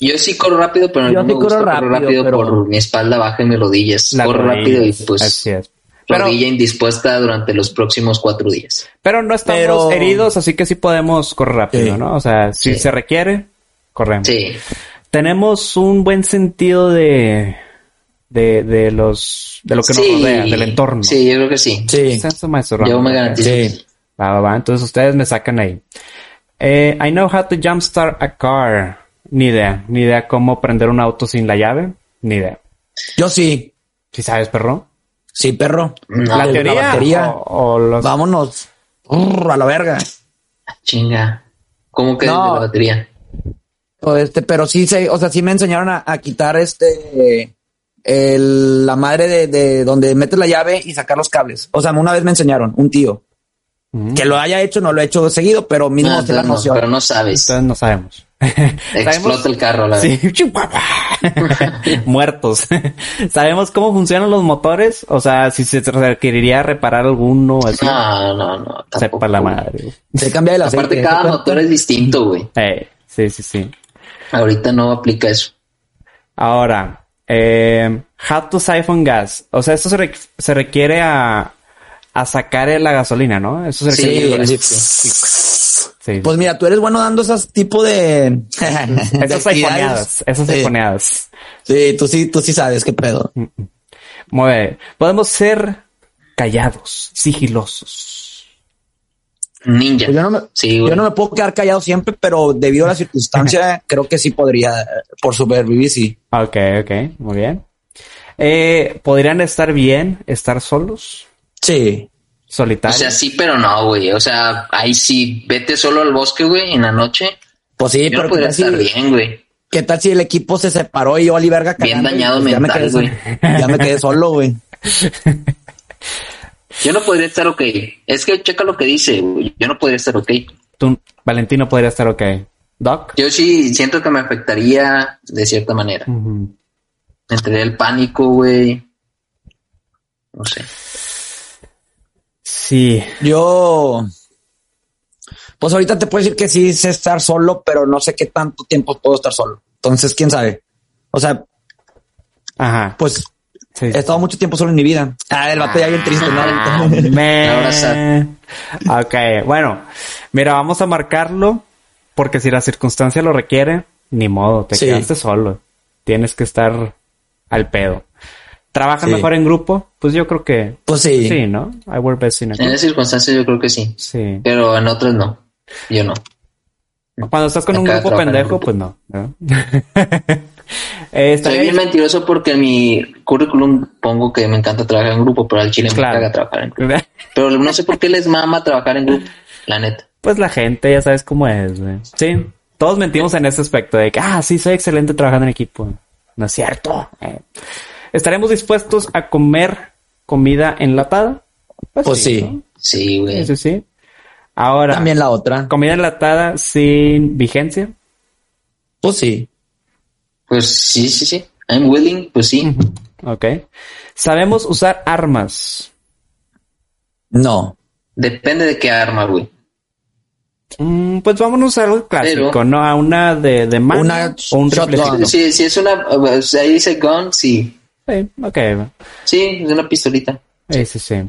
Yo sí corro rápido, pero
Yo
no me
sí corro
gusta
rápido,
corro rápido
pero-
por mi espalda baja y mis rodillas.
la
corro
rodilla,
rápido y
Así
pues
es. Pero,
rodilla indispuesta durante los próximos cuatro días.
pero no estamos
Pero-
heridos, así que sí podemos correr rápido,
Sí.
¿no? O sea, si
Sí.
se requiere, corremos.
Sí,
Tenemos un buen sentido de, de, de los, de lo que
Sí.
nos rodea, del entorno.
Sí, yo creo que sí.
Sí.
Senso, maestro
Yo
Ramón.
me garantizo. que
Sí.
sí.
Va, va, va. Entonces ustedes me sacan ahí. Eh, I know how to jumpstart a car. Ni idea. Ni idea cómo prender un auto sin la llave. Ni idea.
Yo sí.
Si sabes, perro.
Sí, perro.
No,
la
la
teoría.
batería.
O, o los...
Vámonos. Urr, a la verga.
Ah, chinga. ¿Cómo que
No.
desde la batería?
O este, pero sí se, o sea, sí me enseñaron a, a quitar este eh, el- la madre de, de donde metes la llave y sacar los cables. O sea, una vez me enseñaron, un tío.
Mm.
Que lo haya hecho, no lo he hecho seguido, pero mínimo
No,
sé la
entonces no,
noción.
pero no sabes.
Entonces no sabemos.
Explota el carro, la
Sí, chihuahua. Muertos. Sabemos cómo funcionan los motores. O sea, si se requeriría reparar alguno. Así.
No, no, no. Tampoco,
Sepa la
güey.
madre.
Se cambia el aceite.
Aparte,
¿te
cada
cuenta?
motor es distinto, güey.
Eh, sí, sí, sí.
Ahorita no aplica eso.
Ahora, eh, how to siphon gas. O sea, esto se, re- se requiere a, a sacar la gasolina, ¿no? Eso se requiere.
Sí,
Sí,
así.
Sí.
Pues mira, tú eres bueno dando esas tipo de. de
esas
actividades.
siphoneadas, esas
Sí.
siphoneadas.
Sí, tú sí, tú sí sabes qué pedo.
Muy bien. Podemos ser callados, sigilosos.
Ninja.
Pues yo, no me,
Sí, güey.
yo no me puedo quedar callado siempre, pero debido a la circunstancia, creo que sí podría, eh, por sobrevivir, sí.
Ok, ok, muy bien. Eh, ¿Podrían estar bien, estar solos,
Sí.
O
solitarios?
sea, sí, pero no, güey. O sea, ahí sí, vete solo al bosque, güey, en la noche.
Pues sí,
Yo
pero
no
¿qué
podría
tal, si,
estar bien, güey.
qué tal si el equipo se separó y yo Ali verga
Bien
cagando y,
dañado
pues,
mental,
ya me
güey.
quedé, ya me quedé solo, güey.
Yo no podría estar ok. Es que checa lo que dice, güey. Yo no podría estar ok.
Tú, Valentino podría estar ok. Doc.
Yo sí siento que me afectaría de cierta manera.
Ujú.
Entre el pánico, güey. No sé.
Sí.
Yo. Pues ahorita te puedo decir que sí sé estar solo, pero no sé qué tanto tiempo puedo estar solo. Entonces, quién sabe. O sea,
Ajá.
pues
Sí.
he estado mucho tiempo solo en mi vida. Ah, el vato ya bien triste,
Ah,
¿no?
man.
Ahora sí.
Ok, bueno, mira, vamos a marcarlo porque si la circunstancia lo requiere, ni modo, te
Sí.
quedaste solo. Tienes que estar al pedo. ¿Trabajan
Sí.
mejor en grupo? Pues yo creo que
Pues
sí,
sí.
¿no? I work best in a
En
group.
esas circunstancias yo creo que sí.
Sí.
Pero en otras no. Yo no.
Cuando estás con un
Acá
grupo
trabajan en
pendejo,
grupo.
pues no. ¿no? Eh, está
Soy
bien.
bien mentiroso porque en mi currículum pongo que me encanta trabajar en grupo, pero al chile
Claro.
me caga trabajar en grupo. Pero no sé por qué les mama trabajar en grupo, la neta.
Pues la gente, ya sabes cómo es, güey. Sí, todos mentimos en ese aspecto de que, ah, sí, soy excelente trabajando en equipo. No es cierto. eh. ¿Estaremos dispuestos a comer comida enlatada?
Pues sí.
¿no?
Sí, güey.
Sí, sí, sí. Ahora,
También la otra.
comida enlatada sin vigencia.
Pues sí.
Pues sí, sí, sí. I'm willing, pues sí.
Ok. Sabemos usar armas.
No.
Depende de qué arma, güey.
Mm, pues vámonos a algo clásico,
Pero-
¿no? A una de, de mano
Una
o un
shotgun.
riflecito.
Sí, sí, es una... o sea, Ahí dice gun, sí.
Sí, ok.
Sí, es una pistolita.
Sí, sí, sí.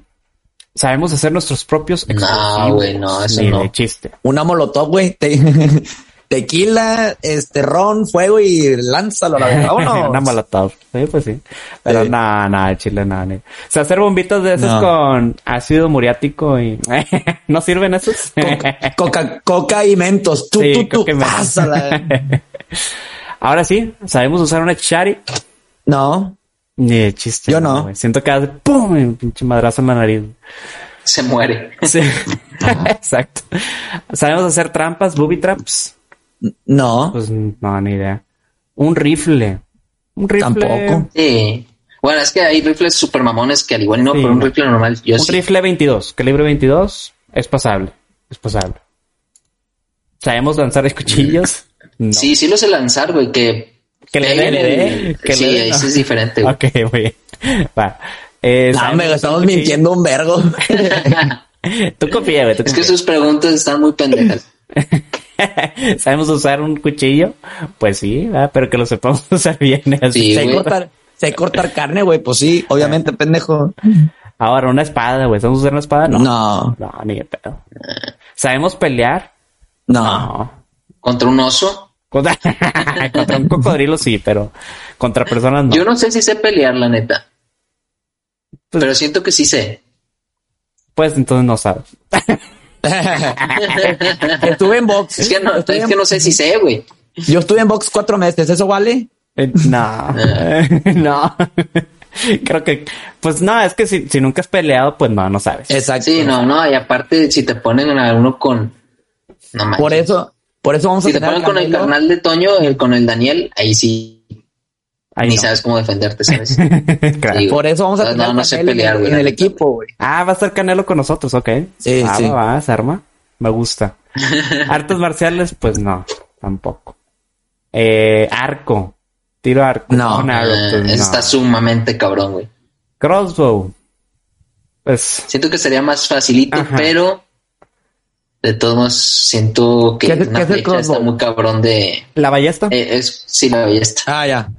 Sabemos hacer nuestros propios
No,
explosivos.
güey, no, eso
Ni
no.
de chiste.
Una molotov, güey. Te- tequila, este ron, fuego y lánzalo a la verga. Vámonos.
Una molotov. Sí, pues sí. Pero
Sí.
nada, nada, chile, nada. ni- O sea, hacer bombitas de esas
No.
con ácido muriático y... ¿No sirven esos?
Coca, coca, coca y mentos. Tú,
Sí,
tú, tú.
coca y mentos.
Pásala.
Ahora sí, sabemos usar una chari.
No.
Ni de chiste.
Yo no.
güey. Siento que hace pum, y un pinche madrazo en la nariz.
Se muere.
Sí. Exacto. Sabemos hacer trampas, booby traps.
No.
Pues no, ni idea. Un rifle. Un rifle.
Tampoco.
Sí. Bueno, es que hay rifles super mamones que al igual y no,
Sí.
pero un rifle normal, yo
Un
sí.
rifle 22, calibre 22, es pasable. Es pasable. ¿Sabemos lanzar cuchillos? No.
Sí, sí lo sé lanzar, güey, que...
Que le dé,
peguen
le dé,
el-
que
Sí,
le dé,
ahí
¿no?
sí es diferente, güey.
Ok, muy bien. Va. Eh,
No,
¿sabemos
me
lanzar
estamos
cuchillos?
mintiendo un vergo.
Tú confía, güey. tú
Es que
confía.
sus preguntas están muy pendejas.
¿Sabemos usar un cuchillo? Pues sí, ¿verdad? pero que lo sepamos usar bien. así.
Sí,
Sé
güey.
cortar, sé cortar carne, güey. Pues sí, obviamente, pendejo.
Ahora, una espada, güey. ¿Sabemos usar una espada? No.
No,
No, ni de pedo. ¿Sabemos pelear?
no.
Contra un oso.
Contra, contra un cocodrilo sí, pero contra personas no.
Yo no sé si sé pelear, la neta.
Pues-
Pero siento que sí sé.
Pues entonces no sabes.
estuve en box.
Es que no,
estuve
es
en-
que no sé si sé, güey.
Yo estuve en box cuatro meses. ¿Eso vale?
Eh, No,
Eh.
no. Creo que, pues no, es que si, si nunca has peleado, pues no, no sabes.
Exacto.
Sí, no, no. Y aparte, si te ponen a uno con... No manches.
Por eso, por eso vamos a
Si te
tener
ponen
al
con el
Canelo.
carnal de Toño, el, con el Daniel, ahí sí
Ay,
ni
no.
sabes cómo defenderte, ¿sabes?
Claro.
Sí, güey.
Por eso vamos a
No,
tener
no,
al
no sé
Canelo en-
pelear, güey,
en el
la neta.
equipo, güey.
Ah, va a estar Canelo con nosotros, ok.
Sí,
ah,
sí.
Va, va, se arma. Me gusta. Artes marciales, pues no, tampoco. Eh, arco. Tiro arco.
No.
Un arrow,
Ah,
pues,
eso
no.
Está sumamente cabrón, güey.
Crossbow. Pues
Siento que sería más facilito,
Ajá.
pero de todos modos siento que
¿Qué es el-
una
qué es el
flecha está
crossbow?
muy cabrón de... eh,
la ballesta.
es, sí, la ballesta.
Ah, ya.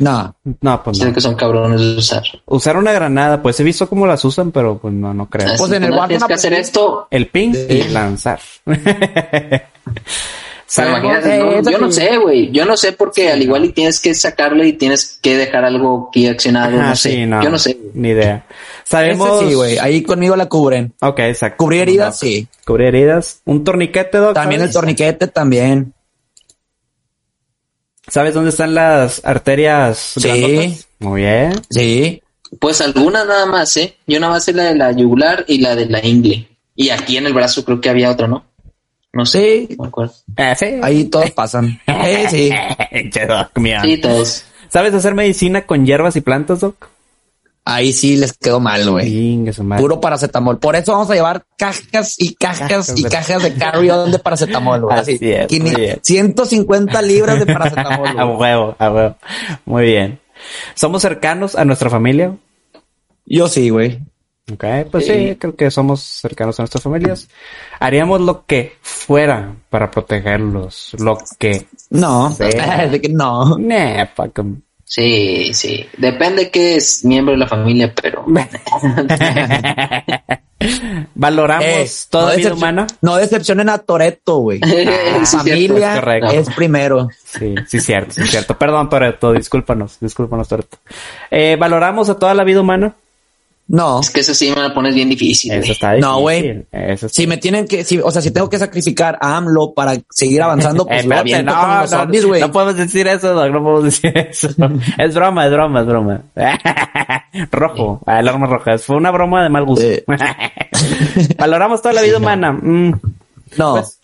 No.
No, pues
Siento
no.
que son cabrones de usar.
Usar una granada, pues he visto cómo las usan, pero pues no, no creo.
Así
en
que
el
no,
Warzone
tienes que hacer
aprendí-
esto.
El ping y
Sí.
lanzar.
Pero
Sabemos-
imagínate,
eh,
no,
eso
yo no
sí.
sé, güey. Yo no sé porque al igual y tienes que sacarle y tienes que dejar algo aquí accionado.
Ajá,
no sé.
sí, no,
Yo no sé. güey.
Ni idea. Sabemos.
Ese sí, güey. Ahí conmigo la cubren.
Ok, exacto.
Cubrir heridas,
No.
sí.
Cubrir heridas. Un torniquete, doc.
También el
¿sabes?
torniquete, también.
¿Sabes dónde están las arterias?
Sí.
grandotas? Muy bien.
Sí.
Pues algunas nada más, ¿eh? Yo nada más sé la de la yugular y la de la ingle. Y aquí en el brazo creo que había otra, ¿no? No sé.
Sí.
No me acuerdo.
Eh, sí.
Ahí todos pasan. Eh, sí.
Che, doc,
Ah.
mía.
Sí, todos.
¿Sabes hacer medicina con hierbas y plantas, doc?
Ahí sí les quedó mal, güey.
Chingue su madre.
Puro paracetamol. Por eso vamos a llevar cajas y cajas y cajas de carry-on de paracetamol, güey.
Así
Así.
es, muy
Quini-
bien.
150 libras de paracetamol.
a
güey.
huevo, a huevo. Muy bien. ¿Somos cercanos a nuestra familia?
Yo sí, güey.
Ok, pues sí. creo que somos cercanos a nuestras familias. Haríamos lo que fuera para protegerlos. Lo que...
No.
Sí.
De que no.
Nah, pa' que-
Sí, sí. Depende que es miembro de la familia, pero
Valoramos
Eh,
toda vida
decepcion-
humana.
No decepcionen a Toreto, güey.
Sí,
familia
es correcto.
es primero.
Sí, sí, cierto, sí, cierto. Perdón, Toreto, discúlpanos, discúlpanos, Toreto. Eh, ¿Valoramos a toda la vida humana?
No.
es que eso sí me la pones bien difícil.
Eso
güey.
está
No, güey.
difícil, Eso está-
Si me tienen que, si, o sea, si tengo que sacrificar a AMLO para seguir avanzando,
Eh,
pues lo
espérate,
aviento
no,
como los
no,
zombies,
no,
güey.
podemos decir eso, Doc, no podemos decir eso. es broma, es broma, es broma. Rojo, alarma roja. Fue una broma de mal gusto.
Eh.
Valoramos toda la vida humana. Mm,
no,
Pues,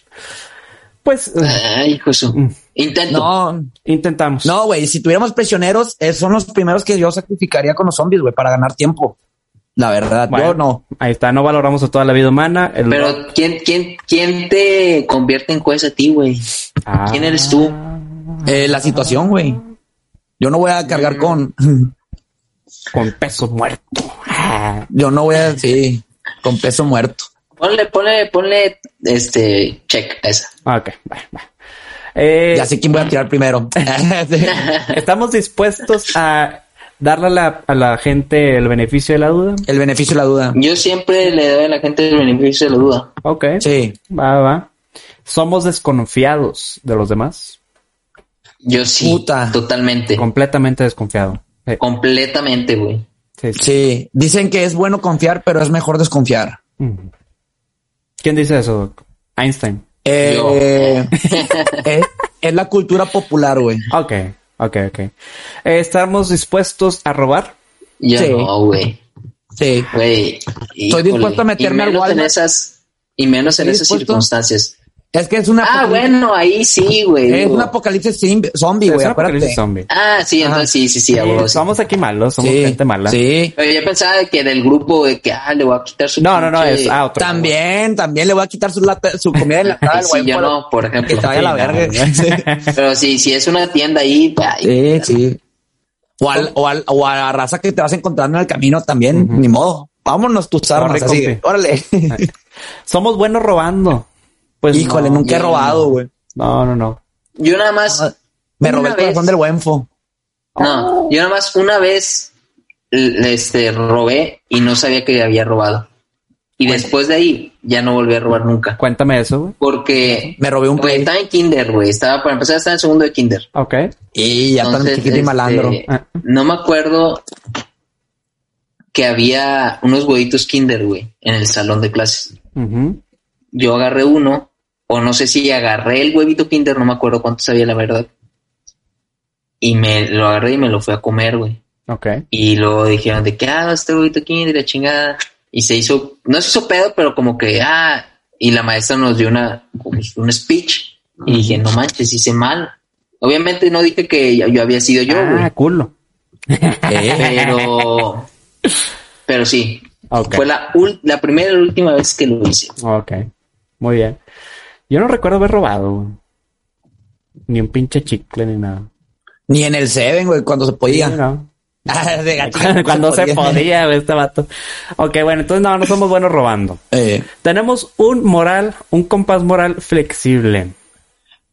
pues eh,
Ay, hijo de su- Intento.
Mm. no,
intentamos.
no, güey. Si tuviéramos prisioneros, eh, son los primeros que yo sacrificaría con los zombies, güey, para ganar tiempo. La verdad,
Bueno,
yo no.
Ahí está, no valoramos a toda la vida humana. El
Pero ¿quién, quién, quién te convierte en juez a ti, güey?
Ah.
¿Quién eres tú?
Eh, la situación, güey. Yo no voy a cargar con,
con peso muerto. Ah,
yo no voy a, sí, con peso muerto.
Ponle, ponle, ponle, este, check a esa.
Ok, va, va. Eh,
Ya sé quién voy a tirar primero. Sí.
¿Estamos dispuestos a darle a la, a la gente el beneficio de la duda?
El beneficio de la duda.
Yo siempre le doy a la gente el beneficio de la duda.
Ok,
Sí.
va, va. somos desconfiados de los demás.
Yo sí,
Puta.
totalmente.
Completamente desconfiado. Eh,
completamente, güey.
sí, sí.
Sí, dicen que es bueno confiar, pero es mejor desconfiar.
Ujú. Mm. ¿Quién dice eso? Doc? Einstein.
Eh,
Yo.
es, es la cultura popular, güey.
Ok, ok, ok. Eh, ¿Estamos dispuestos a robar?
Yo
Sí.
no, güey.
Sí.
Güey. híjole.
dispuesto a meterme
y
al
menos en
Walmart.
esas Y menos en
Estoy
esas
dispuesto.
circunstancias.
Es que es una.
Ah, bueno, ahí sí, güey.
Es
digo.
un apocalipsis zombi- zombie,
Es
güey.
un
Acuérdate.
apocalipsis zombie.
Ah, sí, entonces sí, sí, sí, a huevo,
Eh,
sí.
somos aquí malos, somos
Sí,
gente mala.
Sí.
Pero yo pensaba de que del grupo de que, ah, le voy a quitar su.
No, no, no,
pinche-
es ah, otro.
También, también le voy a quitar su, lata- su comida enlatada
Ay,
al
sí,
güey.
yo
por-
no, por
Que
ejemplo.
te vaya a la verga.
Pero sí, si es una tienda ahí, ay,
Sí, sí. O, al, o, al, o a la raza que te vas encontrando en el camino también, ni modo. Vámonos tus armas,
Corre,
así.
compi.
Órale.
Somos buenos robando. Pues
Híjole,
no,
nunca he
yo
robado, güey.
No, no, no.
Yo nada
Ah.
más.
Me
una
robé el corazón
vez-
del buenfo.
No, yo nada más una vez l- este, robé y no sabía que había robado. Y después de ahí ya no volví a robar nunca.
Cuéntame eso, güey.
Porque
Me robé un
güey,
play.
estaba en kinder, güey. Estaba, para empezar, estaba en segundo de kinder.
Ok.
Y ya tan
Entonces,
chiquito y
este,
malandro.
Ah.
No me acuerdo que había unos huevitos kinder, güey, en el salón de clases.
Ujú.
Yo agarré uno, o no sé si agarré el huevito kinder, no me acuerdo cuánto sabía la verdad. Y me lo agarré y me lo fui a comer, güey.
Ok.
Y luego dijeron de que, ah, este huevito kinder, la chingada. Y se hizo, no se hizo pedo, pero como que, ah, y la maestra nos dio una, pues, un speech. Y dije, no manches, hice mal. Obviamente no dije que yo yo había sido yo,
ah,
güey.
culo.
Ah,
eh. Pero, pero sí.
Ok.
Fue la, ul- la primera y la última vez que lo hice.
Ok. Muy bien. Yo no recuerdo haber robado, güey. Ni un pinche chicle ni nada.
Ni en el Seven, güey, cuando se
Sí,
podía. Ah,
no.
De gatito,
Cuando, se podía, güey, este vato. Ok, bueno, entonces no, no somos buenos robando.
Eh,
Tenemos un moral, un compás moral flexible.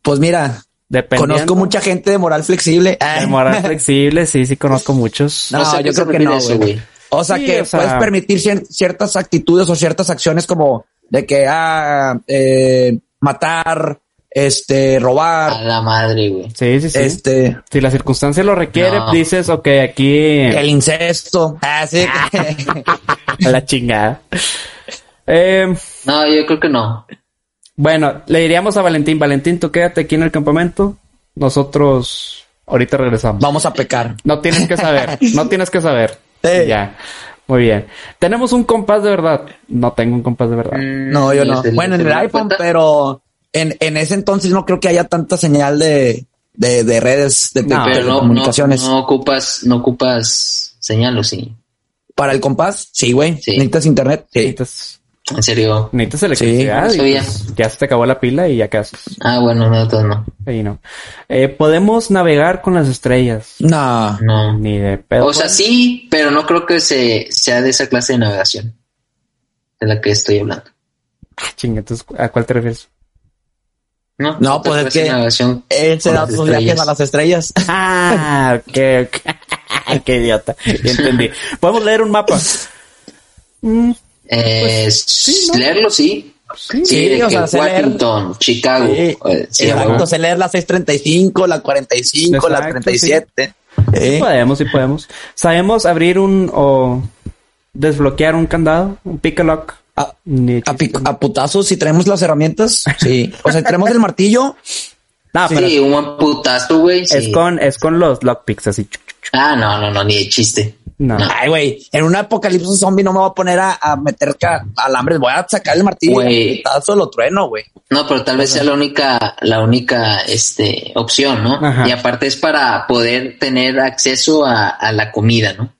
pues mira,
Dependiendo
conozco mucha gente de moral flexible. Ah,
de moral flexible, sí, sí conozco muchos.
No,
No sé a qué
yo
se
creo que
refiere
no,
eso,
güey.
güey.
O sea
Sí,
que
o sea-
puedes permitir cier- ciertas actitudes o ciertas acciones como de que ah, eh, matar, este,
A
robar,
la madre, güey.
Sí, sí, sí.
este,
Si la circunstancia lo requiere,
No.
dices, ok, aquí
el incesto. Ah, sí.
a la chingada. Eh,
No, yo creo que no.
bueno, le diríamos a Valentín, Valentín, tú quédate aquí en el campamento. Nosotros ahorita regresamos.
Vamos a pecar.
No tienes que saber, no tienes que saber.
Sí.
Ya. Muy bien. Tenemos un compás de verdad. No tengo un compás de verdad.
Mm,
No, yo no.
¿Desde
Bueno, en el
celular
iPhone,
cuenta?
pero en, en ese entonces no creo que haya tanta señal de, de, de redes, de, de
No,
Pero no, no,
telecomunicaciones.
no ocupas, no ocupas señal, ¿o sí.
Para el compás, sí, güey.
Sí.
Necesitas internet. Sí.
Necesitas,
En serio.
necesitas electricidad
no
y
sabía.
pues, ya se te acabó la pila y ya qué haces.
Ah, bueno, no, todo no.
Ahí no. Eh, podemos navegar con las estrellas.
No.
No.
Ni de pedo.
O sea,
pues-
sí, pero no creo que se, sea de esa clase de navegación de la que estoy hablando.
Chinga, entonces, ¿a cuál te refieres?
No,
No,
Otra
pues es
clase de
que-
navegación
Él se
con
da
las
sus viajes
estrellas.
a las estrellas.
Ah, ok, ok. Ay, Qué idiota. Ya entendí. Podemos leer un mapa. Mm,
Eh,
sí, ¿no?
Leerlo, sí. Sí,
pues, Sí,
de
o
que
sea, sé leer.
Washington, Chicago.
Sí,
eh, sí,
exacto,
bueno.
se lee la 635, la 45, la
Exacto,
37.
sí
Eh,
podemos, sí podemos. Sabemos abrir un o desbloquear un candado, un pick a lock.
a,
Ni
a,
chiste.
pic- a putazos, si traemos las herramientas, sí. O sea, traemos el martillo, Ah,
No, pero
Sí, un buen putazo, güey. sí.
es con, es con los lockpicks así. chuc, chuc, chuc.
Ah, no, no, no, ni de chiste.
No.
Ay, güey, en un apocalipsis zombie no me voy a poner a, a meter ca- alambres. Voy a sacar el martillo
Güey.
y putazo lo trueno, güey.
No, pero tal vez sea la única, la única, este, opción, ¿no?
Ajá.
Y aparte es para poder tener acceso a, a la comida, ¿no?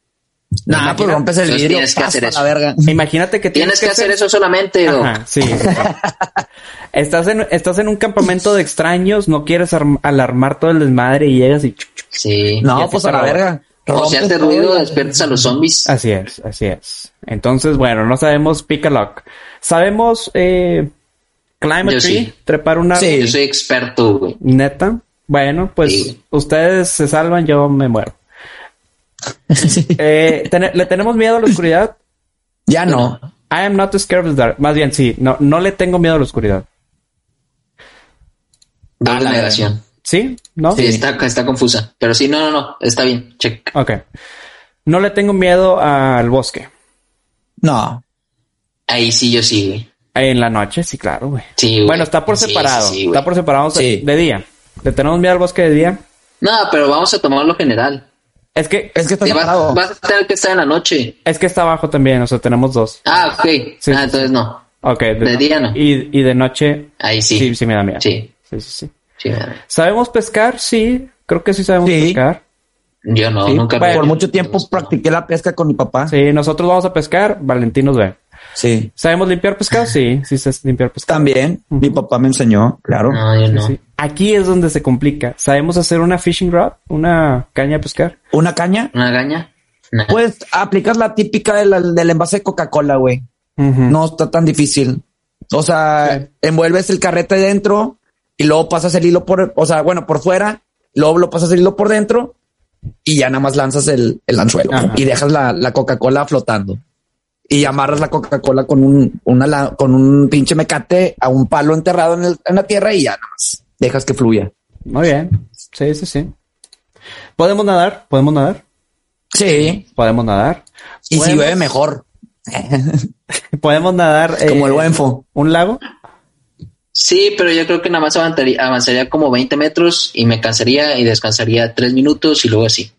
Nah, pues rompes el
Entonces
vidrio.
tienes que
pasa
hacer
la
eso.
verga.
Imagínate que
Tienes que hacer eso solamente, Doc.
Ajá, sí. estás, en, estás en un campamento de extraños, no quieres arm- alarmar todo el desmadre y llegas y... chuc, chuc. Ya
Sí.
No,
se
pues a la
acabó.
verga.
O sea,
Rompes
hace
todo,
ruido,
güey.
despiertas a los zombies.
Así es, así es. Entonces, bueno, no sabemos pick a lock. Sabemos eh, climb a
Yo
tree,
sí.
trepar una
Sí.
Yo soy experto, güey.
neta. Bueno, pues
Sí.
ustedes se salvan, yo me muero. Eh, ¿tene- ¿Le tenemos miedo a la oscuridad?
Ya no.
I am not scared of the dark. Más bien, sí, no, no le tengo miedo a la oscuridad.
Doble
la
negación.
¿Sí? ¿No?
Sí, está, está confusa. Pero sí, no, no, no. Está bien. Check.
Ok. No le tengo miedo al bosque.
No.
Ahí sí, yo sí, güey.
En la noche, sí, claro, güey.
Sí, güey.
Bueno, está por
Sí, sí,
separado.
sí, güey.
está por separado
Sí.
de día. Le tenemos miedo al bosque de día.
No, pero vamos a tomar lo general.
Es que,
Es que está
Te vas,
separado.
vas a tener que estar en la noche.
es que está abajo también, o sea, tenemos dos.
Ah, ok.
Sí.
Ah, entonces no.
Ok. De,
día no.
Y, y de noche,
Ahí sí.
sí. sí, me da miedo.
Sí.
Sí, sí, sí.
Sí, madre.
¿Sabemos pescar? Sí. Creo que sí sabemos
Sí.
pescar.
yo no,
Sí,
nunca.
bueno.
Por mucho tiempo practiqué la pesca con mi papá. Sí.
Sí, nosotros vamos a pescar. Valentín nos ve. ¿Sabemos limpiar pescado? Sí, sí sabes limpiar pescado.
También mi papá me enseñó, claro.
No, yo no.
Sí. Aquí es donde se complica. ¿Sabemos hacer una fishing rod? ¿Una caña de pescar?
¿Una caña?
¿Una gaña? No.
Pues aplicas la típica de la- del envase de Coca-Cola, güey.
No.
No está tan difícil. O sea, envuelves el carrete dentro y luego pasas el hilo por, o sea, bueno, por fuera, luego lo pasas el hilo por dentro y ya nada más lanzas el, el anzuelo
Ajá.
y dejas la, la Coca-Cola flotando y amarras la Coca-Cola con un, una, la- con un pinche mecate a un palo enterrado en, el- en la tierra y ya nada más dejas que fluya.
Muy bien. Sí, sí, sí. ¿Podemos nadar? ¿Podemos nadar?
Sí.
¿Podemos nadar?
Y si
Podemos-
llueve mejor,
¿Podemos nadar? eh,
como el Wenfo.
¿Un lago?
Sí, pero yo creo que nada más avanzaría, avanzaría como 20 metros y me cansaría y descansaría 3 minutos y luego así.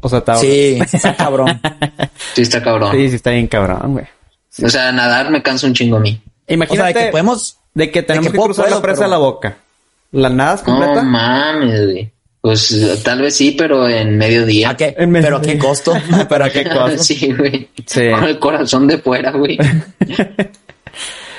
O sea, está...
Sí, está cabrón.
Sí, está cabrón.
Sí, sí, está bien cabrón, güey.
O sea, nadar me cansa un chingo a mí.
o sea,
Imagínate
de que podemos,
tenemos
de que
que,
puedo,
cruzar la
puedo,
presa
pero-
a la boca. ¿La nadas
No
completa?
mames, güey. Pues tal vez sí, pero en mediodía.
¿a qué?
En mes-
Pero a qué costo, pero a qué costo.
sí, güey.
Sí.
Con el corazón de fuera, güey.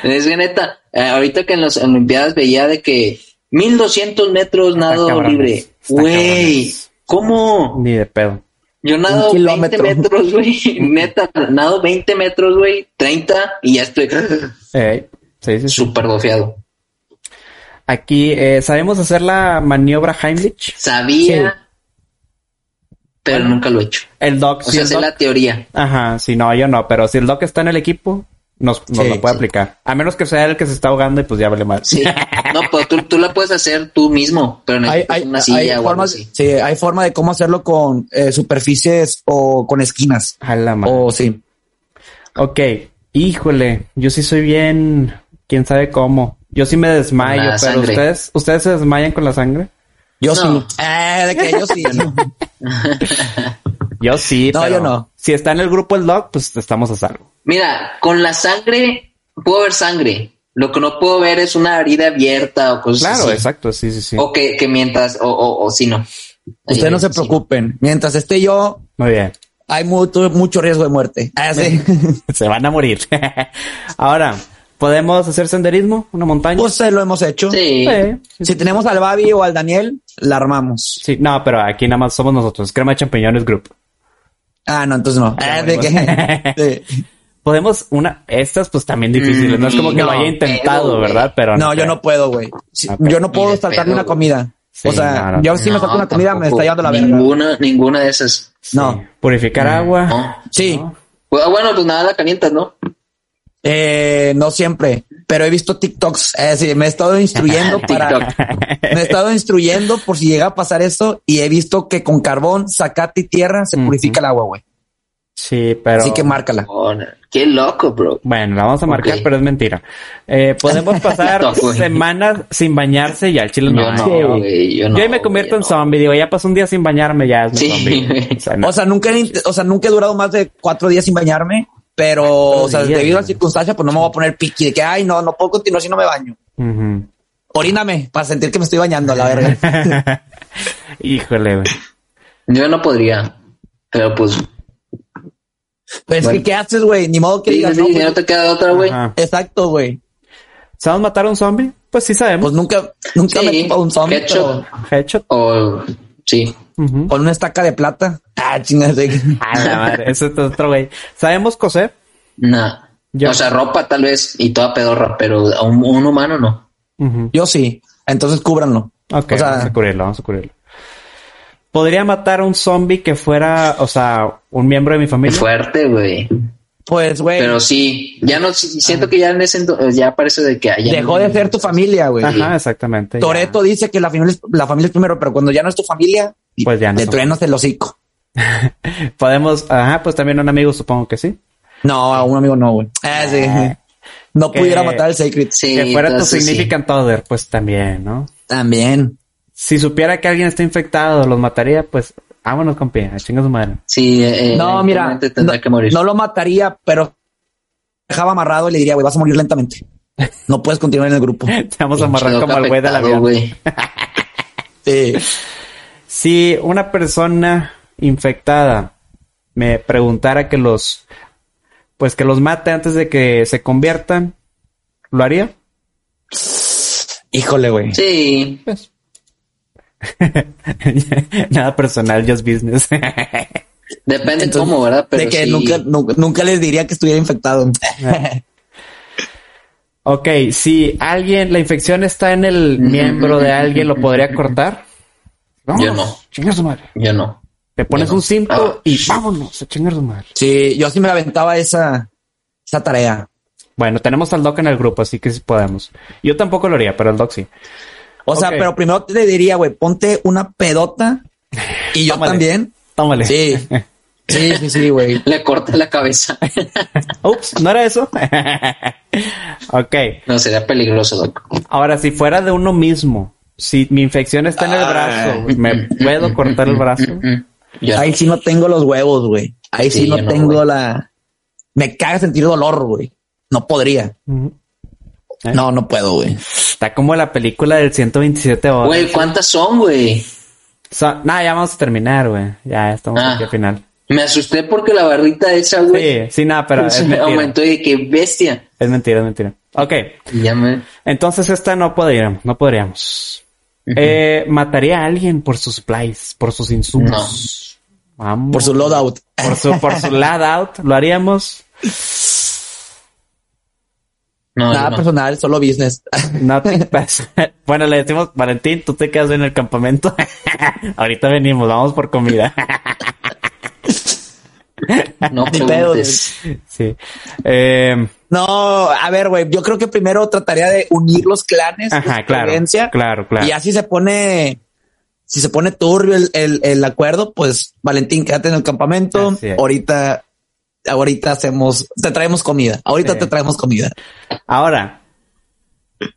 es que neta, eh, ahorita que en las Olimpiadas veía de que 1200 metros nado
cabrones,
libre.
está
Güey,
cabrones.
¿cómo?
Ni de pedo.
Yo nado 20
kilómetro.
metros, güey. Neta, nado 20 metros, güey. 30 y ya estoy
Ey, sí, sí, sí.
súper bofeado.
Aquí, eh, ¿sabemos hacer la maniobra Heimlich?
Sabía, pero nunca lo he hecho.
El doc,
O
sí,
sea,
el
sé
doc.
la teoría.
Ajá, si no, yo no, pero si el doc está en el equipo, nos, nos
Sí,
la puede
sí.
aplicar. A menos que sea el que se está ahogando y pues ya vale más.
Sí. No, pero tú, tú la puedes hacer tú mismo, pero
hay,
necesitas
hay,
una silla
hay
o algo
formas,
así.
sí, hay forma de cómo hacerlo con eh, superficies o con esquinas.
A la madre.
O sí.
Ok, híjole, yo sí soy bien, quién sabe cómo. Yo sí me desmayo,
Con la
pero
sangre.
ustedes, ustedes se desmayan con la sangre.
Yo
No. Ah,
sí. Eh, de que yo sí.
Yo sí,
No,
pero
yo no.
Si está en el grupo el doc, pues estamos a salvo.
Mira, con la sangre puedo ver sangre. Lo que no puedo ver es una herida abierta o cosas
Claro,
así.
exacto, sí, sí, sí.
O que, que mientras, o, o, o si no.
Ustedes no se
Sí.
preocupen. Mientras esté yo,
Muy bien.
hay mucho, mucho riesgo de muerte. Ah, sí.
Se van a morir. Ahora, ¿podemos hacer senderismo? ¿Una montaña?
Pues eh, lo hemos hecho.
Sí.
Sí.
Si tenemos al Babi o al Daniel, la armamos.
Sí, no, pero aquí nada más somos nosotros. Crema de champiñones group.
Ah, no, entonces no. Ah, de que- sí.
Podemos una... Estas pues también difíciles. No es como que lo
Mm, no,
haya intentado,
pero,
¿verdad? Pero
No, yo
creo.
no puedo, güey. Sí,
Ok.
Yo no puedo
de
saltarme
pedo,
una
güey.
comida.
Sí,
o sea,
no, no,
yo si me salto
No,
una comida me
tampoco.
está llevando la verga.
Ninguna, ninguna de esas.
No.
Mm.
Purificar agua.
No.
Sí.
No.
Ah, Bueno, pues nada, la calientas, ¿no?
Eh, no siempre, pero he visto TikToks. eh, sí, me he estado instruyendo para. me he estado instruyendo por si llega a pasar eso y he visto que con carbón, zacate y tierra se
Ujú.
purifica el agua, güey.
Sí, pero...
Así que márcala.
Oh, no. Qué loco, bro.
Bueno, la vamos a marcar,
Ok.
pero es mentira. Eh, podemos pasar
No, güey.
semanas sin bañarse y al chile no.
Yo no, güey, yo no,
ahí me convierto
güey,
en
no.
zombie. Digo, ya pasó un día sin bañarme, ya es mi
Sí,
zombie.
güey.
O sea, no.
O sea, nunca, he int- o sea, nunca he durado más de cuatro días sin bañarme, pero o sea,
días,
debido a
güey.
las circunstancias, pues no me voy a poner piqui de que ay, no, no puedo continuar si no me baño.
Ujú.
Oríname para sentir que me estoy bañando, la verga.
Híjole, güey.
Yo no podría. Pero pues,
Pero es que,
Bueno.
Pues, ¿qué haces, güey? Ni modo que
sí,
digas,
sí,
no, pues
si
güey.
no te queda otra, güey.
Ajá.
Exacto, güey.
¿Sabemos matar a un zombie? Pues sí sabemos.
Pues nunca, nunca
Sí,
me he topado un zombie,
ketchup.
pero-
Headshot.
O, sí.
Ujú.
Con una estaca de plata. Ah, chingas.
A la madre, ese es otro güey. ¿Sabemos coser?
No.
Yo-
O sea, ropa tal vez y toda pedorra, pero a un, un humano no.
Ujú.
Yo sí. Entonces cúbranlo.
Ok,
o sea-
vamos a cubrirlo, vamos a cubrirlo. ¿Podría matar a un zombie que fuera, o sea, un miembro de mi
Qué
familia?
fuerte, güey.
Pues, güey,
Pero sí, ya no siento que ya en ese ento- ya parece de que haya
dejó de ser tu familia, güey.
Ajá, exactamente. ya.
Toreto dice que la, final es- la familia es primero, pero cuando ya no es tu familia,
Pues ya no
te
son.
truenas el hocico.
Podemos, ajá, pues también un amigo supongo que sí.
No, a un amigo no, güey. Ah, sí. No
Eh, Que-
pudiera matar al Sacred.
Sí,
que fuera tu
entonces sí.
significant other, pues también, ¿no?
También.
Si supiera que alguien está infectado, los mataría, pues vámonos con pie, a chinga su madre.
Sí, eh,
No, mira,
eventualmente
no,
tendrá que morir.
no lo mataría, pero dejaba amarrado y le diría, güey, vas a morir lentamente. No puedes continuar en el grupo.
Te vamos a
Pinche
amarrar
loco
como al güey del
afectado,
avión.
güey.
Sí.
Si una persona infectada me preguntara que los, pues que los mate antes de que se conviertan, ¿lo haría?
Híjole, güey.
Sí,
Nada personal, just business.
depende
Entonces,
cómo, ¿verdad? Pero
de que
sí.
nunca, nunca, nunca les diría que estuviera infectado.
ok, si alguien, la infección está en el miembro de alguien, ¿lo podría cortar?
Yo no.
Chinga su madre.
Yo no.
Te pones
no.
un cinto
Ah.
y vámonos a chingar su madre.
Sí, yo sí me aventaba esa, esa tarea.
Bueno, tenemos al Doc en el grupo, así que sí podemos. Yo tampoco lo haría, pero el Doc sí.
O sea,
Ok.
pero primero te diría, güey, ponte una pedota y yo
Tómale.
también.
Tómale.
Sí. Sí, sí, sí, güey.
Le corté la cabeza.
Ups, no era eso. ok.
no, sería peligroso, Doc.
Ahora, si fuera de uno mismo, si mi infección está en
Ah.
el brazo, ¿me puedo cortar el brazo?
Mm, Yo no.
Ahí sí no tengo los huevos, güey. Ahí sí,
Sí,
no
yo no,
tengo
güey.
la. Me caga sentir dolor, güey. No podría.
Ujú. ¿Eh?
No, no puedo, güey.
Está como la película del 127 horas.
Güey, ¿cuántas son, güey?
So- nada, ya vamos a terminar, güey. Ya estamos
Ah.
aquí al final.
Me asusté porque la barrita esa, güey,
Sí, sí, nada, pero es
se me
mentira.
aumentó y de que bestia.
Es mentira, es mentira. Ok.
Y ya me...
Entonces esta no podríamos, no podríamos. Eh, mataría a alguien por sus supplies, por sus insumos. Vamos.
Por su loadout.
por su, por su loud out, lo haríamos.
No,
Nada
yo no.
personal, solo business.
Nothing personal. Bueno, le decimos, Valentín, tú te quedas en el campamento. Ahorita venimos, vamos por comida.
No
pues,
pues,
Ni pedo,
preguntes.
sí. Eh,
No, a ver, güey. Yo creo que primero trataría de unir los clanes.
ajá,
la
claro.
supervivencia,
Claro, claro.
Y así se pone. Si se pone turbio el, el- el acuerdo, pues Valentín, quédate en el campamento.
Así es.
Ahorita, ahorita hacemos, te traemos comida. Ahorita
Sí.
te traemos comida.
Ahora,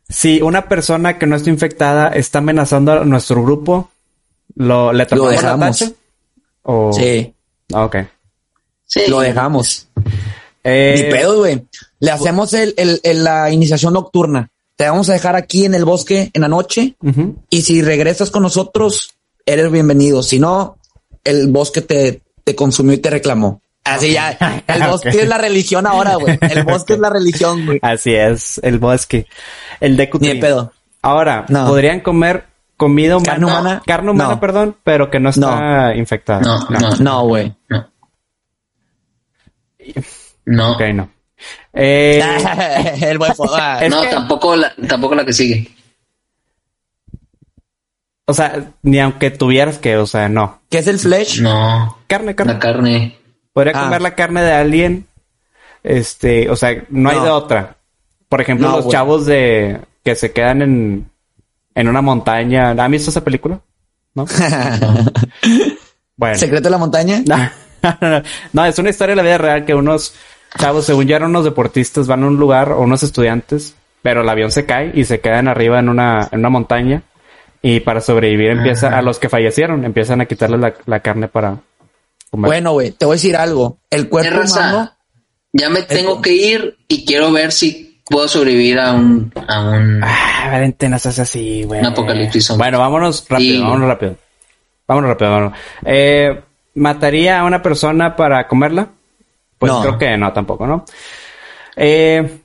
si una persona que no está infectada está amenazando a nuestro grupo, ¿lo, ¿le tapamos la
dejamos.
tacha? O...
Sí,
Ah, Ok.
Sí.
lo dejamos.
Oh. Eh, pues-
Ni pedo, güey. Le hacemos el, el- el- la iniciación nocturna. Te vamos a dejar aquí en el bosque en la noche.
ujú.
Y si regresas con nosotros, eres bienvenido. Si no, el bosque te, te consumió y te reclamó. Así ya. El bosque
Ok.
es la religión ahora, güey. El bosque es la religión, güey.
Así es, el bosque. El de
Ni de pedo.
Ahora,
No.
podrían comer comida humana.
Carne humana.
Carne humana,
No.
perdón, pero que no está infectada.
No, no,
No, güey.
no. No,
Ok, no. Eh,
el buen fo- ah,
Es
no
que-
tampoco, la, tampoco la que sigue.
o sea, ni aunque tuvieras que, o sea, no.
¿Qué es el flesh?
No,
Carne, carne.
la carne.
Podría
Ah.
comer la carne de alguien. Este, o sea, no hay
No.
de otra. Por ejemplo,
No,
los
güey.
chavos de que se quedan en, en una montaña. ¿Han visto esa película? ¿No? bueno.
¿Secreto de la montaña?
No, no, no. No, es una historia de la vida real que unos chavos, según yo eran unos deportistas, van a un lugar o unos estudiantes, pero el avión se cae y se quedan arriba en una, en una montaña. Y para sobrevivir empieza a los que fallecieron, empiezan a quitarles la, la carne para comer.
Bueno, güey, te voy a decir algo. El
Eh,
cuerpo
raza,
humano.
ya me tengo que ir y quiero ver si puedo sobrevivir a un, a un
Ah, Valentín, no seas así, güey.
Un apocalipsis zombie.
Bueno, vámonos rápido,
Sí.
vámonos rápido. Vámonos rápido, vámonos. Eh, ¿Mataría a una persona para comerla? Pues
No.
creo que no, tampoco, ¿no? Eh,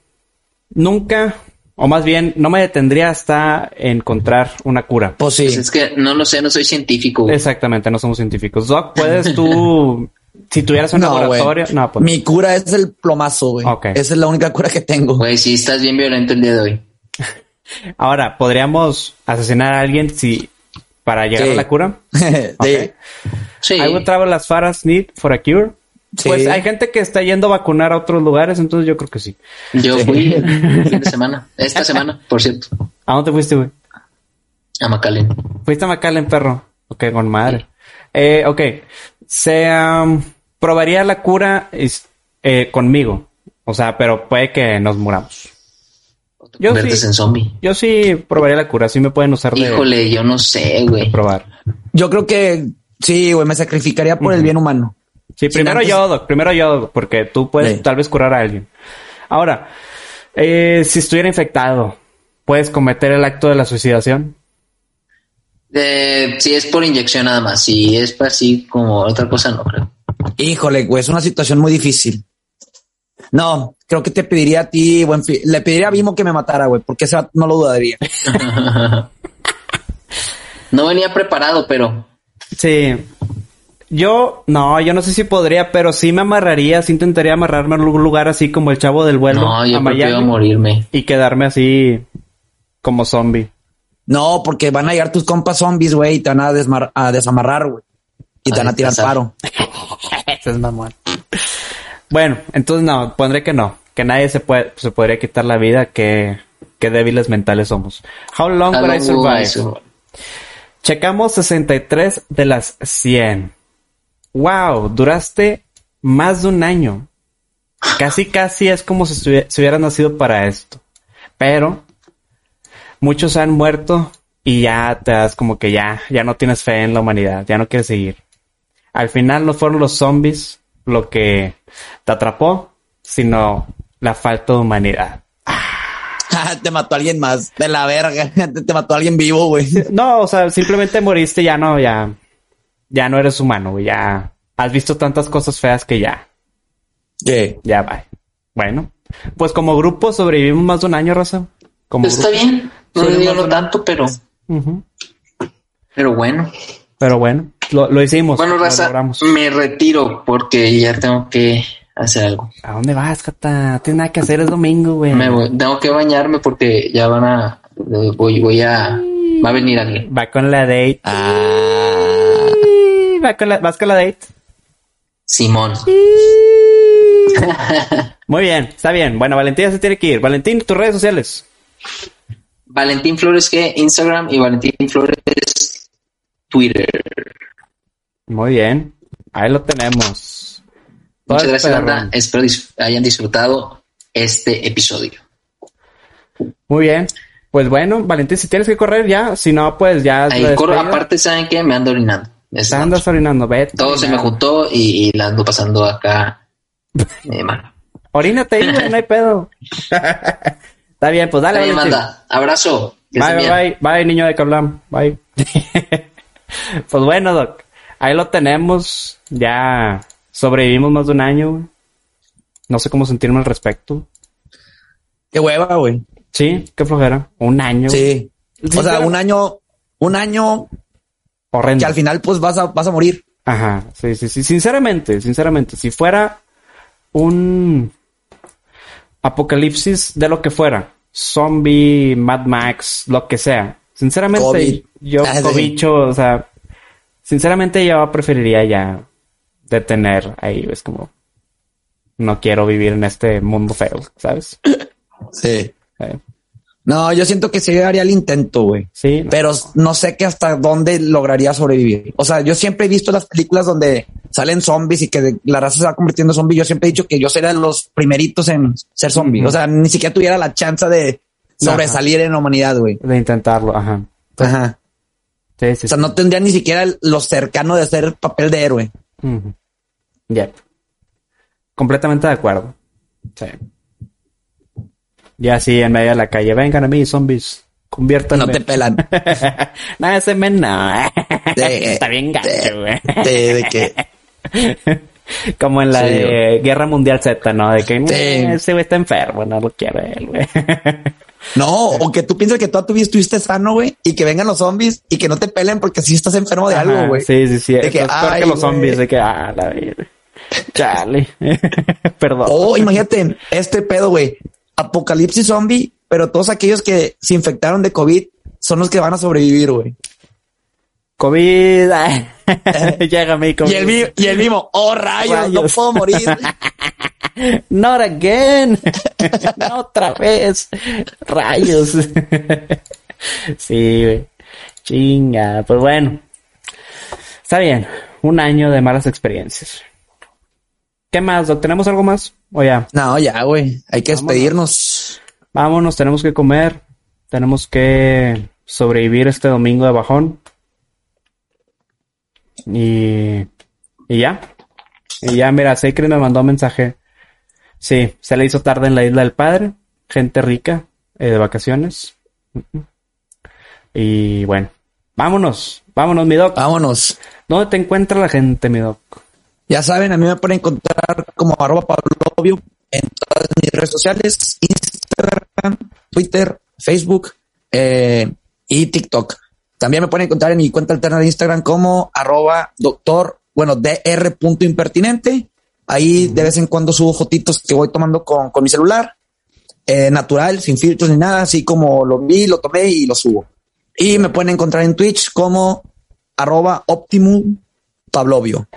nunca, o más bien, no me detendría hasta encontrar una cura.
Pues
Pues
sí.
es que no lo sé, no soy científico. güey.
Exactamente, no somos científicos. Doc, ¿puedes tú, si tuvieras un
No, güey.
laboratorio? No, pues.
Mi cura es el plomazo, güey.
Ok.
Esa es la única cura que tengo.
Güey, sí, estás bien violento el día de hoy.
Ahora, ¿podríamos asesinar a alguien si para llegar
Sí.
a la cura?
Sí.
Ok.
Sí.
I will travel as far as need for a cure. Pues hay gente que está yendo a vacunar a otros lugares, entonces yo creo que sí.
Yo fui el fin de semana, esta semana, por cierto,
¿A dónde fuiste, güey?
a Macalén.
Fuiste a McAllen, perro. Ok, con madre. Eh, ok. Se am, probaría la cura is- eh, conmigo. O sea, pero puede que nos muramos. Yo
Conviertes
sí.
en zombie.
Yo sí probaría la cura. Sí me pueden usar de,
Híjole, yo no sé,
de
güey.
probar.
Yo creo que sí, güey, me sacrificaría por el bien humano.
Sí, primero
antes-
yo, Doc. Primero yo, Doc, porque tú puedes
Sí.
tal vez curar a alguien. Ahora, eh, si estuviera infectado, ¿puedes cometer el acto de la suicidación?
Eh, si es por inyección nada más, si es para así como otra cosa, no creo.
Híjole, güey, es una situación muy difícil. No, creo que te pediría a ti, buen fi- le pediría a Vimo que me matara, güey, porque ese vato no lo dudaría.
No venía preparado, pero
Sí. Yo, no, yo no sé si podría, pero sí me amarraría, sí intentaría amarrarme a un lugar así como el chavo del vuelo
no,
a
yo prefiero
Miami
morirme.
y quedarme así como zombie.
No, porque van a llegar tus compas zombies, güey, y te van a, desmar- a desamarrar, güey. Y te
A
van a tirar
destazar.
paro.
Bueno, entonces no, pondré que no, que nadie se puede, se podría quitar la vida, que, que débiles mentales somos. How long
Algo
will I survive?
eso.
Checamos 63 de las 100. Wow, duraste más de un año. Casi, casi es como si, estuvi- si hubieras nacido para esto. Pero muchos han muerto y ya te das como que ya, ya no tienes fe en la humanidad, ya no quieres seguir. Al final no fueron los zombies lo que te atrapó, sino la falta de humanidad.
te mató alguien más, de la verga. Te, te mató alguien vivo, güey.
No, o sea, simplemente moriste, ya no, ya. Ya no eres humano, güey, ya. Has visto tantas cosas feas que ya,
Sí.
ya va. Bueno, pues como grupo sobrevivimos más de un año, Rosa. Como
Pues Está
grupo.
bien, no
Soy
le digo
más
no tanto, pero,
Ujú.
pero bueno.
Pero bueno, lo, lo hicimos.
Bueno,
lo
Raza,
logramos.
me retiro porque ya tengo que hacer algo.
¿A dónde vas, Cata? No tienes nada que hacer, es domingo, güey.
Me voy- tengo que bañarme porque ya van a, eh, voy, voy a, va a venir alguien.
Va con la date.
Ah.
Va con la- vas con la date.
Simón.
Muy bien, está bien. Bueno, Valentín ya se tiene que ir. Valentín, tus redes sociales.
Valentín Flores que Instagram y Valentín Flores Twitter.
Muy bien. Ahí lo tenemos.
Muchas
Todo
gracias,
perrón.
banda. Espero dis- hayan disfrutado este episodio.
Muy bien. Pues bueno, Valentín, si tienes que correr ya, si no, pues ya. es la
Ahí corro,
despedida.
aparte, ¿saben qué? Me ando orinando. Es-
Te andas orinando, vete.
todo se me juntó y, y la ando pasando acá. eh, mal.
Orínate ahí, güey, no hay pedo. Está bien, pues dale,
Está bien,
Valentín.
banda. Abrazo. Que
Bye,
estén
bye,
bien.
bye, bye, niño de Cablam. Bye. pues bueno, Doc. Ahí lo tenemos. Ya sobrevivimos más de un año. güey. No sé cómo sentirme al respecto.
Qué hueva, güey.
Sí, qué flojera. Un año.
Sí. O sea, un año, un año
Horrendo.
que al final, pues vas a, vas a morir.
Ajá, sí, sí, sí. Sinceramente, sinceramente, si fuera un apocalipsis de lo que fuera, zombie, Mad Max, lo que sea, sinceramente,
COVID.
yo,
Ah, sí.
cobicho, o sea, sinceramente yo preferiría ya detener ahí, es como, no quiero vivir en este mundo feo, ¿sabes?
Sí.
Eh,
No, yo siento que sí haría el intento, güey.
sí, no.
pero no sé que hasta dónde lograría sobrevivir. O sea, yo siempre he visto las películas donde salen zombies y que de- la raza se va convirtiendo en zombie. Yo siempre he dicho que yo sería de los primeritos en ser zombie.
Ujú.
O sea, ni siquiera tuviera la chance de sobresalir en la humanidad, güey.
de intentarlo, ajá.
Ajá.
Sí, sí,
O sea,
Pues, sí.
no tendría ni siquiera el- lo cercano de ser papel de héroe.
Ujú. Yep. Completamente de acuerdo. Sí. Ya así en medio de la calle, vengan a mí, zombies, conviértanme.
No te pelan.
no, ese men no.
De-
Está bien gacho, güey.
De, de que
Como en la
Sí,
de Guerra Mundial Z, ¿no? De que "Eh,
Sí.
ese güey está enfermo, no lo quiere él, güey.
no, o que tú piensas que toda tu vida estuviste sano, güey, y que vengan los zombies y que no te pelen porque si estás enfermo de algo,
Ajá,
güey.
Sí, sí, sí.
De
eso
que,
es peor
"Ay,
que los zombies,
güey".
de que, ah, la vida. Chale. Perdón.
O imagínate este pedo, güey. Apocalipsis zombie, pero todos aquellos que se infectaron de COVID son los que van a sobrevivir, güey.
COVID. Llega mi COVID.
Eh. Y el, vi- y el mismo, oh rayos, no
Rayos.
puedo morir.
Not again. No, otra vez. Rayos. Sí, güey. Chinga. Pues bueno. Está bien. Un año de malas experiencias. ¿Qué más, Doc? ¿Tenemos algo más? O ya.
no, ya, güey, hay que despedirnos.
Vámonos, tenemos que comer. Tenemos que sobrevivir este domingo de bajón. Y, y ya. Y ya, mira, Sacred me mandó un mensaje. Sí, se le hizo tarde en la isla del padre. Gente rica, eh, de vacaciones. Y bueno, vámonos, vámonos, mi
Ah.
doc.
Vámonos.
¿Dónde te encuentra la gente, mi doc?
Ya saben, a mí me pueden encontrar como arroba Pablovio en todas mis redes sociales, Instagram, Twitter, Facebook eh, y TikTok. También me pueden encontrar en mi cuenta alterna de Instagram como arroba doctor, bueno, dr. punto impertinente. Ahí de vez en cuando subo fotitos que voy tomando con, con mi celular, eh, natural, sin filtros ni nada, así como lo vi, lo tomé y lo subo. Y me pueden encontrar en Twitch como arroba optimum Pablovio.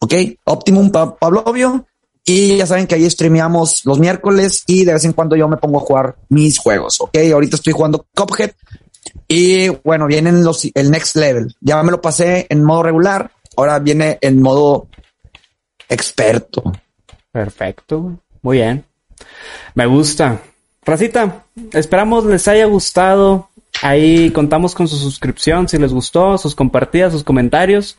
¿ok? Optimum Pa- Pablovio. Y ya saben que ahí streameamos los miércoles y de vez en cuando yo me pongo a jugar mis juegos, ¿ok? Ahorita estoy jugando Cuphead y bueno, vienen los, el next level. Ya me lo pasé en modo regular, ahora viene en modo experto.
Perfecto, muy bien. Me gusta. Racita, esperamos les haya gustado. Ahí contamos con su suscripción si les gustó, sus compartidas, sus comentarios.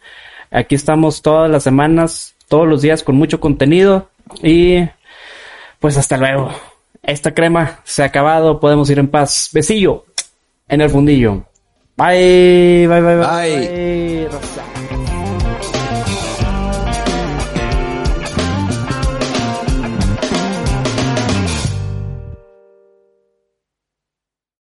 Aquí estamos todas las semanas, todos los días con mucho contenido. Y pues hasta luego. Esta crema se ha acabado, podemos ir en paz. Besillo en el fundillo. Bye, bye, bye, bye.
Bye.
bye Raza.